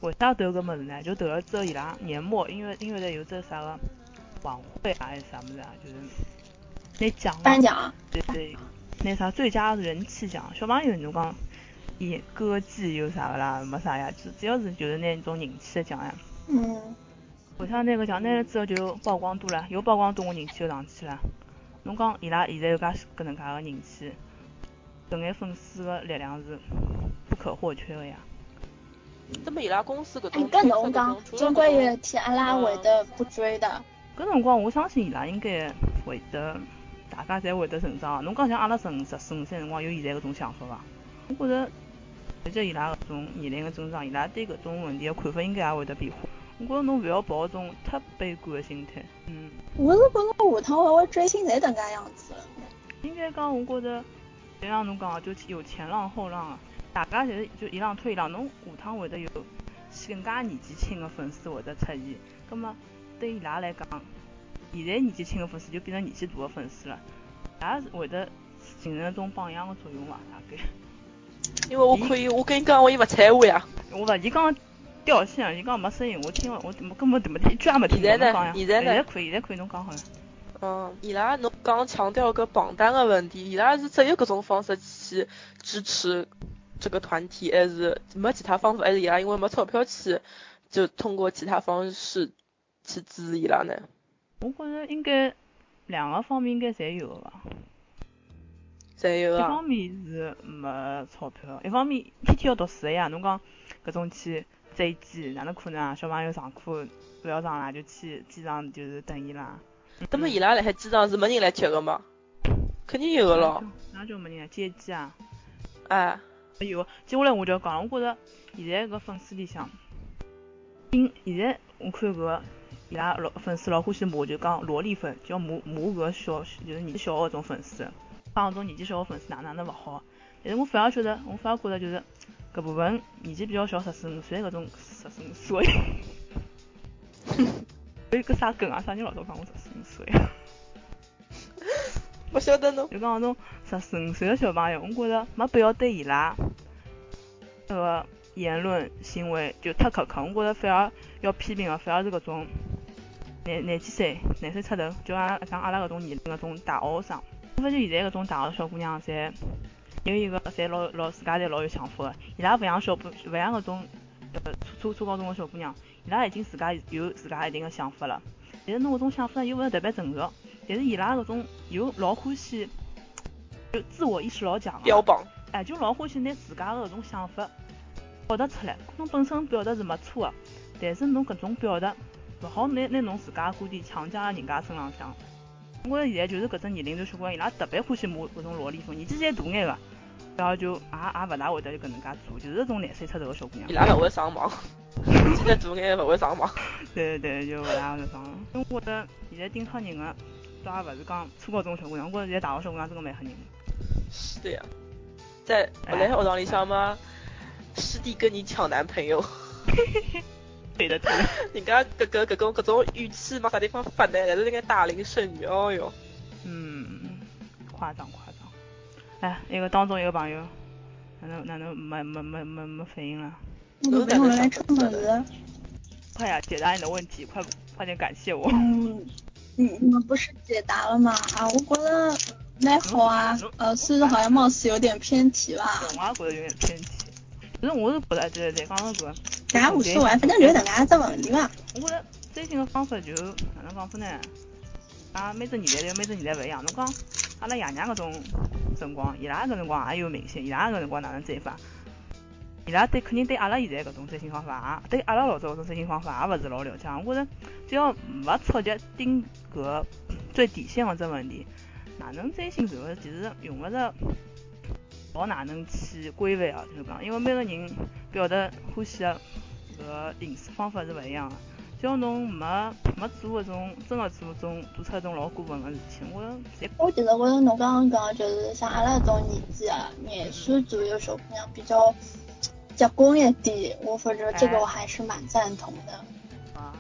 [SPEAKER 2] 为啥投搿物事呢？就投了之后，伊拉年末音乐音乐台有只啥个晚会啊，还是啥物事啊，就是拿奖啊
[SPEAKER 1] 颁奖啊，
[SPEAKER 2] 对对，那啥最佳人气奖，小朋友侬讲演歌技有啥个啦？没啥呀，只只要是就是那种人气的奖呀。
[SPEAKER 1] 嗯，
[SPEAKER 2] 我像那个奖拿了之后就曝光度了，有曝光度我人气就上去了。侬讲伊拉现在有介许搿能介个人气，搿眼粉丝个力量是不可或缺的呀。
[SPEAKER 3] 那么伊拉公司搿
[SPEAKER 1] 哎搿
[SPEAKER 3] 种，推测
[SPEAKER 1] 侬
[SPEAKER 3] 搿
[SPEAKER 1] 讲
[SPEAKER 3] 种，除了
[SPEAKER 1] 中
[SPEAKER 3] 搿
[SPEAKER 1] 归
[SPEAKER 3] 种
[SPEAKER 1] 有一天阿拉会得不追的，
[SPEAKER 2] 搿辰光我相信伊拉应该会得，大家侪会得成长。侬讲像阿拉十五、十四、五岁辰光有现在搿种想法伐？我觉着随着伊拉搿种年龄个增长，伊拉对搿种问题个看法应该也会得变化。我觉着侬勿要抱搿种太悲观个心态。嗯，
[SPEAKER 1] 我是觉着下趟娃娃追星侪迭个样子了。
[SPEAKER 2] 应该讲我觉着，就像侬讲个，就有前浪后浪啊，大家侪是就一浪推一浪。侬下趟会得有更加年纪轻个粉丝会得出现，葛末对伊拉来讲，现在年纪轻个粉丝就变成年纪大个粉丝了，也会得形成一种榜样个作用伐？大概。
[SPEAKER 3] 因为我可以，我跟你讲，我伊勿睬我呀。
[SPEAKER 2] 我勿，伊刚掉线，伊刚没声音，我听了，我怎么根本怎么听，一句也没听。
[SPEAKER 3] 现在呢
[SPEAKER 2] 侬讲呀，
[SPEAKER 3] 现在呢
[SPEAKER 2] 现在可以，现在可以，侬讲好了。
[SPEAKER 3] 嗯，伊拉侬刚强调搿榜单个问题，伊拉是只有搿种方式去支持这个团体，还是没其他方法？还是伊拉因为没钞票去，就通过其他方式去支持伊拉呢？
[SPEAKER 2] 我觉着应该两个方面应该侪有个伐。
[SPEAKER 3] 侪有
[SPEAKER 2] 一
[SPEAKER 3] 啊
[SPEAKER 2] 方，面是没钞票，一方面天天要读书个呀。侬讲搿种去追剧，哪能可能啊？小朋友上课勿要上啦，就去机场就是等伊拉。
[SPEAKER 3] 那么伊拉辣海机场是没人来接个嘛？肯定有个咯，
[SPEAKER 2] 哪啊就没人来接机啊？
[SPEAKER 3] 哎，
[SPEAKER 2] 哎呦，接下来我就要讲了，我觉着现在搿粉丝里向，因现在我看搿伊拉老粉丝老欢喜骂，就讲萝莉粉，就要骂骂搿小就是年纪小个搿种粉丝，帮搿种年纪小个粉丝哪能哪能勿好。但是我反而觉得，我反而觉得就是搿部分年纪比较小，十四五岁搿种十四五岁， 所以搿啥梗啊？啥人老早讲我十四五岁？
[SPEAKER 3] 勿晓得侬
[SPEAKER 2] 就讲搿种十四五岁的小朋友，我觉着没必要对伊拉搿个言论行为就太苛刻。我觉着反而要批评个，反而是搿种廿廿几岁、廿岁出头，就像像阿拉搿种年龄搿种大学生。我发现现在搿种大学小姑娘侪有一个侪老老自家侪老有想法个，伊拉勿像小姑勿像搿种呃初初初高中个小姑娘，伊拉已经自家有自家一定个想法了。但是侬搿种想法呢又勿是特别成熟，但是伊拉搿种又老欢喜，就自我意识老强个、
[SPEAKER 3] 标榜，
[SPEAKER 2] 哎，就老欢喜拿自家个搿种想法表达出来。侬本身表达是没错个、但是侬搿种表达勿好拿拿侬自家个观点强加到人家身浪向。我觉着现在就是搿只年龄段小姑娘，伊拉特别欢喜骂搿种萝莉风，年纪侪大眼个，然后就也也勿大会得就搿能介做，就是搿种廿岁出头个小姑娘
[SPEAKER 3] 伊。拉勿会上网，现在大眼勿会上网，
[SPEAKER 2] 对对，就勿大会上。因为我觉着现在盯黑人个，倒也勿是讲初高中小姑娘，我觉着现在大学小姑娘真个蛮黑人的。
[SPEAKER 3] 是的呀，在勿来学堂里向嘛，师弟跟你抢男朋友。
[SPEAKER 2] 对的对的。
[SPEAKER 3] 人家搿搿搿种搿种语气往啥地方发呢？侪是那个大龄剩女，哦哟，
[SPEAKER 2] 嗯，夸张夸张。哎，一个当中一个朋友，哪能哪能没没没没没反应了？
[SPEAKER 1] 我没有人来吃么子。
[SPEAKER 2] 快呀，解答你的问题，快快点感谢我。
[SPEAKER 1] 嗯，你你们不是解答了吗？啊，我觉得蛮好啊。呃，虽然好像貌似有点偏题吧，
[SPEAKER 2] 对我也觉得有点偏激。反正我是觉得，对对对，刚刚搿个，
[SPEAKER 1] 但也无所谓，反正就是搿能介只问题嘛。
[SPEAKER 2] 我觉得追星的方法就哪能讲法呢？啊，每只年代对每只年代勿一样。侬讲阿拉爷娘搿种辰光，伊拉搿辰光也有明星，伊拉搿辰光哪能追法？伊拉对肯定对阿拉现在搿种追星方法，也对阿拉老早搿种追星方法也勿是老了解。我觉着只要勿触及盯搿最底线个只问题，哪能追星这个其实用勿着老哪能去规范啊，就是讲，因为每个人表达欢喜个搿形式方法是勿一样个。只要侬没没做搿种真个做搿种做出搿种老过分个事体，我觉着侪
[SPEAKER 1] 我其实觉得侬刚刚讲，就是像阿拉这种年纪啊，廿岁左右小姑娘比较结棍一点，我反正这个我还是蛮赞同的。
[SPEAKER 2] 啊，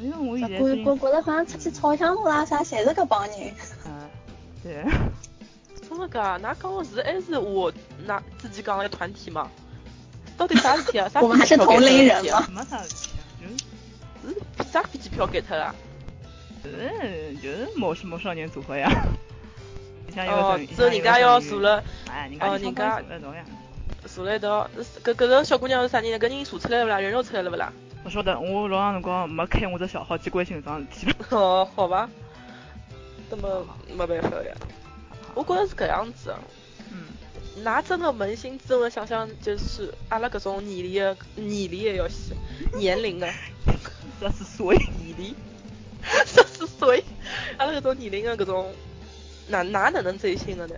[SPEAKER 2] 因为我
[SPEAKER 1] 我
[SPEAKER 2] 现在
[SPEAKER 1] 我
[SPEAKER 2] 是
[SPEAKER 1] 觉得好像出去吵相骂啦啊啥，侪是搿帮人。
[SPEAKER 2] 嗯，对，
[SPEAKER 3] 真的噶？㑚讲个是还是我㑚自己讲个团体嘛？到底啥事体啊？啥
[SPEAKER 1] 我们还是同龄人嘛
[SPEAKER 3] 嘛？
[SPEAKER 2] 没啥事体，就是
[SPEAKER 3] 是啥飞机票给脱啊？
[SPEAKER 2] 就是就是某某少年组合呀。像一
[SPEAKER 3] 哦
[SPEAKER 2] 个
[SPEAKER 3] 之后人家要
[SPEAKER 2] 数
[SPEAKER 3] 坐了，
[SPEAKER 2] 哎，人家
[SPEAKER 3] 哦
[SPEAKER 2] 就相
[SPEAKER 3] 人
[SPEAKER 2] 当
[SPEAKER 3] 家
[SPEAKER 2] 于数了道呀。
[SPEAKER 3] 坐了一道，搿搿个小姑娘是啥人呢？搿人查出来勿啦？人肉出来了勿啦？
[SPEAKER 2] 不晓得，我老长辰光没开我只小号去关心搿桩事体了。
[SPEAKER 3] 哦，好吧，那么没办法呀。 我觉着是搿样子啊。
[SPEAKER 2] 嗯，
[SPEAKER 3] 拿真的扪心自问想想，就是阿拉搿种年龄的年龄的要死，年龄的啊
[SPEAKER 2] 这是所以
[SPEAKER 3] 年龄，就是所以，阿拉搿种年龄的搿种，哪哪能能追星的呢？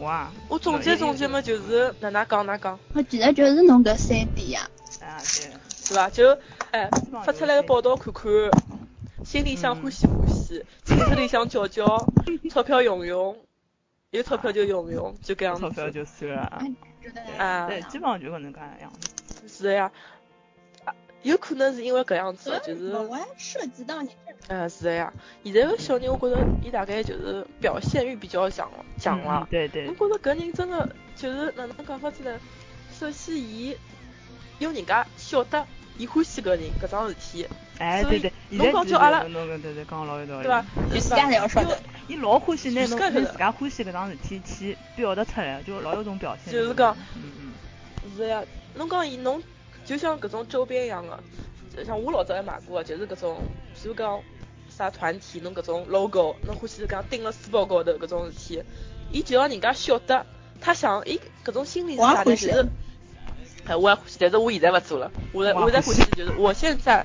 [SPEAKER 2] 我啊，
[SPEAKER 3] 我总结总结嘛，
[SPEAKER 2] 就
[SPEAKER 3] 就是哪哪讲哪讲，
[SPEAKER 1] 我其实就是侬搿三点呀。
[SPEAKER 2] 啊对，
[SPEAKER 3] 是伐？就哎
[SPEAKER 2] 基本上
[SPEAKER 3] 发出来个报道看看，心里想
[SPEAKER 2] 嗯
[SPEAKER 3] 欢喜欢喜，寝室里想叫叫，钞票用用，有钞票就用用，就搿样
[SPEAKER 2] 钞票
[SPEAKER 3] 子。
[SPEAKER 2] 就算了啊，
[SPEAKER 1] 哎觉得
[SPEAKER 3] 啊
[SPEAKER 2] 对，基本上就搿能介样子。
[SPEAKER 3] 是的呀，啊有可能是因为搿样
[SPEAKER 2] 嗯
[SPEAKER 3] 子，就是
[SPEAKER 1] 我还涉及到你这
[SPEAKER 3] 嗯，是的呀。现在个小人，我觉着伊大概就是表现欲比较强了，强
[SPEAKER 2] 嗯
[SPEAKER 3] 了。
[SPEAKER 2] 对对
[SPEAKER 3] 我，觉着搿人真的就是哪能讲法子呢？首先，伊有人家晓得伊欢喜搿人搿桩事体，
[SPEAKER 2] 哎
[SPEAKER 3] 所
[SPEAKER 2] 对
[SPEAKER 3] 以
[SPEAKER 2] 对，现
[SPEAKER 3] 侬
[SPEAKER 2] 在
[SPEAKER 3] 讲
[SPEAKER 2] 其
[SPEAKER 3] 就
[SPEAKER 2] 实
[SPEAKER 3] 阿拉
[SPEAKER 2] 侬侬搿对对讲老有道理，
[SPEAKER 3] 对伐？？
[SPEAKER 1] 种
[SPEAKER 3] 是
[SPEAKER 1] 自
[SPEAKER 3] 吧
[SPEAKER 1] 家要说
[SPEAKER 3] 因为
[SPEAKER 1] 的，
[SPEAKER 2] 伊老欢喜拿
[SPEAKER 3] 自
[SPEAKER 2] 侬
[SPEAKER 3] 家
[SPEAKER 2] 拿
[SPEAKER 3] 晓得
[SPEAKER 2] 自家欢喜搿桩事体去表达出来，啊就老有种表现力。
[SPEAKER 3] 就是讲
[SPEAKER 2] 嗯嗯，
[SPEAKER 3] 是呀，侬讲伊侬就像搿种周边一样的，就像我老早也买过的，就是搿种，比如讲啥团体，侬搿种 logo，侬欢喜讲钉辣书包高头搿种事体，伊就要人家晓得，他想伊搿种心理是
[SPEAKER 1] 我也欢
[SPEAKER 3] 啥呢？就
[SPEAKER 1] 喜
[SPEAKER 3] 是，哎，我也欢喜，但是我现在勿做了，
[SPEAKER 2] 我
[SPEAKER 3] 我
[SPEAKER 2] 也
[SPEAKER 3] 我现在
[SPEAKER 2] 欢
[SPEAKER 3] 欢
[SPEAKER 2] 喜
[SPEAKER 3] 喜就是我现在。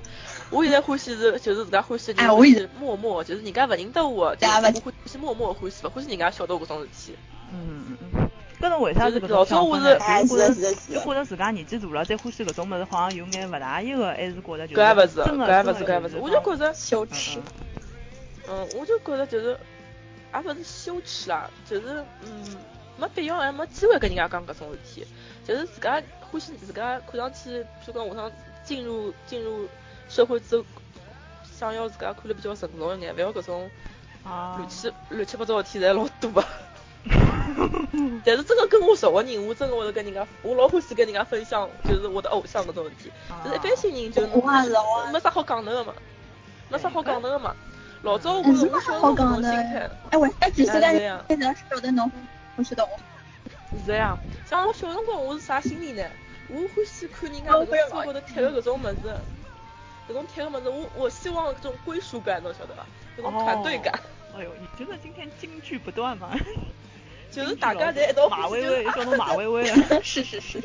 [SPEAKER 3] 我现在欢喜是就是自家欢喜，
[SPEAKER 1] 哎我
[SPEAKER 3] 就
[SPEAKER 1] 也
[SPEAKER 3] 是默默，就是人家勿认得我，就
[SPEAKER 1] 对啊
[SPEAKER 3] 是我
[SPEAKER 1] 勿
[SPEAKER 3] 欢喜默默欢喜，勿欢喜人家晓得我搿种事体。
[SPEAKER 2] 嗯嗯嗯，搿侬为啥是搿种
[SPEAKER 3] 老早
[SPEAKER 2] 想
[SPEAKER 3] 我
[SPEAKER 2] 法呢？
[SPEAKER 1] 哎
[SPEAKER 2] 就是
[SPEAKER 1] 的
[SPEAKER 2] 觉
[SPEAKER 1] 是
[SPEAKER 2] 着
[SPEAKER 1] 的是
[SPEAKER 2] 就
[SPEAKER 1] 的，
[SPEAKER 2] 觉着自家年纪大了，再欢喜搿种物事，好像有眼勿大一个，还是觉着就
[SPEAKER 3] 搿也勿是，
[SPEAKER 2] 真的
[SPEAKER 3] 搿也勿是，
[SPEAKER 2] 真
[SPEAKER 3] 搿也
[SPEAKER 2] 的
[SPEAKER 3] 勿是，
[SPEAKER 2] 就
[SPEAKER 3] 我
[SPEAKER 2] 是
[SPEAKER 3] 就
[SPEAKER 2] 讲
[SPEAKER 3] 觉着
[SPEAKER 1] 羞
[SPEAKER 2] 嗯
[SPEAKER 1] 耻
[SPEAKER 2] 嗯。
[SPEAKER 3] 嗯，我就觉得就是，也勿是羞耻啦，就是嗯，没必要还没机会跟人家讲搿种事体，就是自家欢喜自家看上去，比如讲下趟进入进入社会之后，想要自家看得比较成熟一眼，勿要搿种
[SPEAKER 2] 啊
[SPEAKER 3] 乱，七乱七八糟的事体侪老多个。 但是真的跟我熟个人，我真的会得跟人家，我老欢喜跟人家分享，就是我的偶像搿种事体。就是一般性人就
[SPEAKER 1] 我也是啊我也是
[SPEAKER 3] 没啥好讲头个嘛，没啥好讲头个嘛。老早我
[SPEAKER 1] 嗯
[SPEAKER 3] 觉
[SPEAKER 1] 是
[SPEAKER 3] 得我
[SPEAKER 1] 蛮
[SPEAKER 3] 小
[SPEAKER 1] 好
[SPEAKER 3] 辰光
[SPEAKER 1] 讲
[SPEAKER 3] 搿种
[SPEAKER 1] 的
[SPEAKER 3] 心态，
[SPEAKER 1] 哎，我那只是
[SPEAKER 3] 哎
[SPEAKER 1] 在
[SPEAKER 3] 对呀
[SPEAKER 1] 那个说的侬，我觉得我
[SPEAKER 3] 是呀。像我小辰光我是啥心理呢？我欢喜看人家
[SPEAKER 1] 我
[SPEAKER 3] 搿种
[SPEAKER 1] 也
[SPEAKER 3] 书高头贴个搿种物事，搿种贴个物事，我我希望搿种归属感，侬晓得伐？搿种团队感，
[SPEAKER 2] 哎呦，你真的今天金句不断嘛？
[SPEAKER 3] 就是大家侪一道
[SPEAKER 2] 马
[SPEAKER 3] 欢
[SPEAKER 2] 薇
[SPEAKER 3] 喜就是
[SPEAKER 2] 薇，叫侬马薇啊 薇。
[SPEAKER 1] 是是是，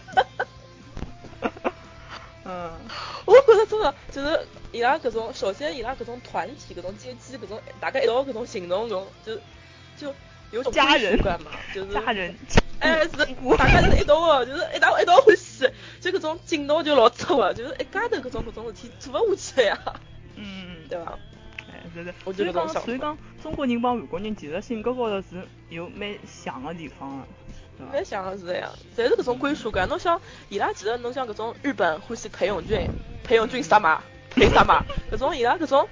[SPEAKER 2] 嗯，
[SPEAKER 3] 我觉得真的就是伊拉搿种，首先伊拉搿种团体、搿种阶级、搿种大家一道搿种行动，搿种就就有种
[SPEAKER 2] 家人
[SPEAKER 3] 归属感嘛，就是
[SPEAKER 2] 家人，
[SPEAKER 3] 哎是大家是一道的，就是一道一道欢喜，就搿种劲道就老臭的，就是一家头搿种搿种事体做勿下去呀，
[SPEAKER 2] 嗯，
[SPEAKER 3] 对伐？
[SPEAKER 2] 哎，对对，
[SPEAKER 3] 我
[SPEAKER 2] 所
[SPEAKER 3] 就
[SPEAKER 2] 以
[SPEAKER 3] 搿种
[SPEAKER 2] 讲，
[SPEAKER 3] 想法
[SPEAKER 2] 所以讲，中国人帮韩国人其实性格高头是有蛮像的地方的，啊对吧
[SPEAKER 3] 蛮？像的是这样，侪是搿种归属感。侬想伊拉其实侬像搿种日本欢喜裴勇俊，裴勇俊 杀马，凭啥嘛？搿种伊拉搿种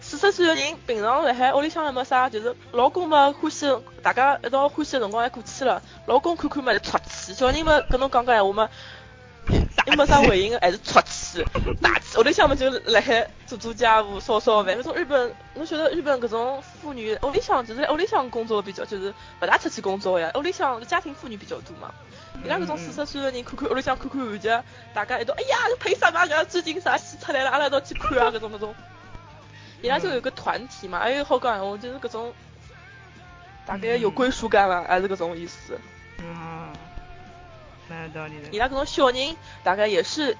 [SPEAKER 3] 四十岁的人，平常辣海屋里向也没啥，就是老公嘛欢喜，大家一道欢喜的辰光也过去了，老公看看嘛就出气，小人嘛跟侬讲讲闲话嘛。 又没啥回应的，还是出气，大气。屋里向嘛就辣海做做家务、烧烧饭。搿种日本，侬晓得日本搿种妇女，屋里向就是辣屋里向工作比较，就是勿大出去工作呀。屋里向家庭妇女比较多嘛。伊拉搿种四十岁的人，看看屋里向看看韩剧，大家一道，哎呀，陪啥嘛？搿样最近啥戏出来了，阿拉一道去看啊，搿种搿种。伊拉就有个团体嘛，还有好讲闲话，就是搿种，大概有归属感伐，还是搿种意思。
[SPEAKER 2] 嗯，蛮有道理的。
[SPEAKER 3] 伊拉搿种小人，大概也是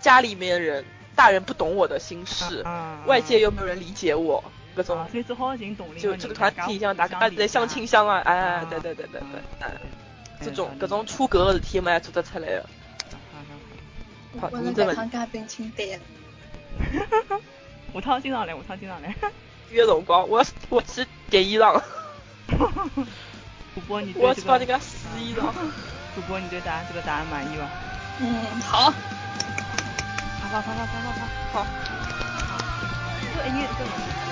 [SPEAKER 3] 家里面人，大人不懂我的心事，
[SPEAKER 2] 啊
[SPEAKER 3] 外界又没有人理解我，搿种、
[SPEAKER 2] 啊，所以只好寻同龄
[SPEAKER 3] 就
[SPEAKER 2] 的
[SPEAKER 3] 这个
[SPEAKER 2] 人
[SPEAKER 3] 团体像大家在相亲，相爱，
[SPEAKER 2] 啊
[SPEAKER 3] 哎，对对对对对，哎，这种搿种出格的事体嘛，也做得出来的。
[SPEAKER 1] 我
[SPEAKER 3] 好
[SPEAKER 1] 觉得
[SPEAKER 3] 你这么
[SPEAKER 1] 搿趟嘉宾清淡了。
[SPEAKER 2] 我趟经常来，我趟经常来。
[SPEAKER 3] 约辰光，我要我去点衣裳，
[SPEAKER 2] 主播，你
[SPEAKER 3] 我
[SPEAKER 2] 对这
[SPEAKER 3] 要去
[SPEAKER 2] 个
[SPEAKER 3] 帮人家试衣裳。
[SPEAKER 2] 主播，你对答案这个答案满意吗？
[SPEAKER 1] 嗯，好，
[SPEAKER 2] 啪啪啪啪啪啪啪！
[SPEAKER 3] 好，
[SPEAKER 2] 这一个问题。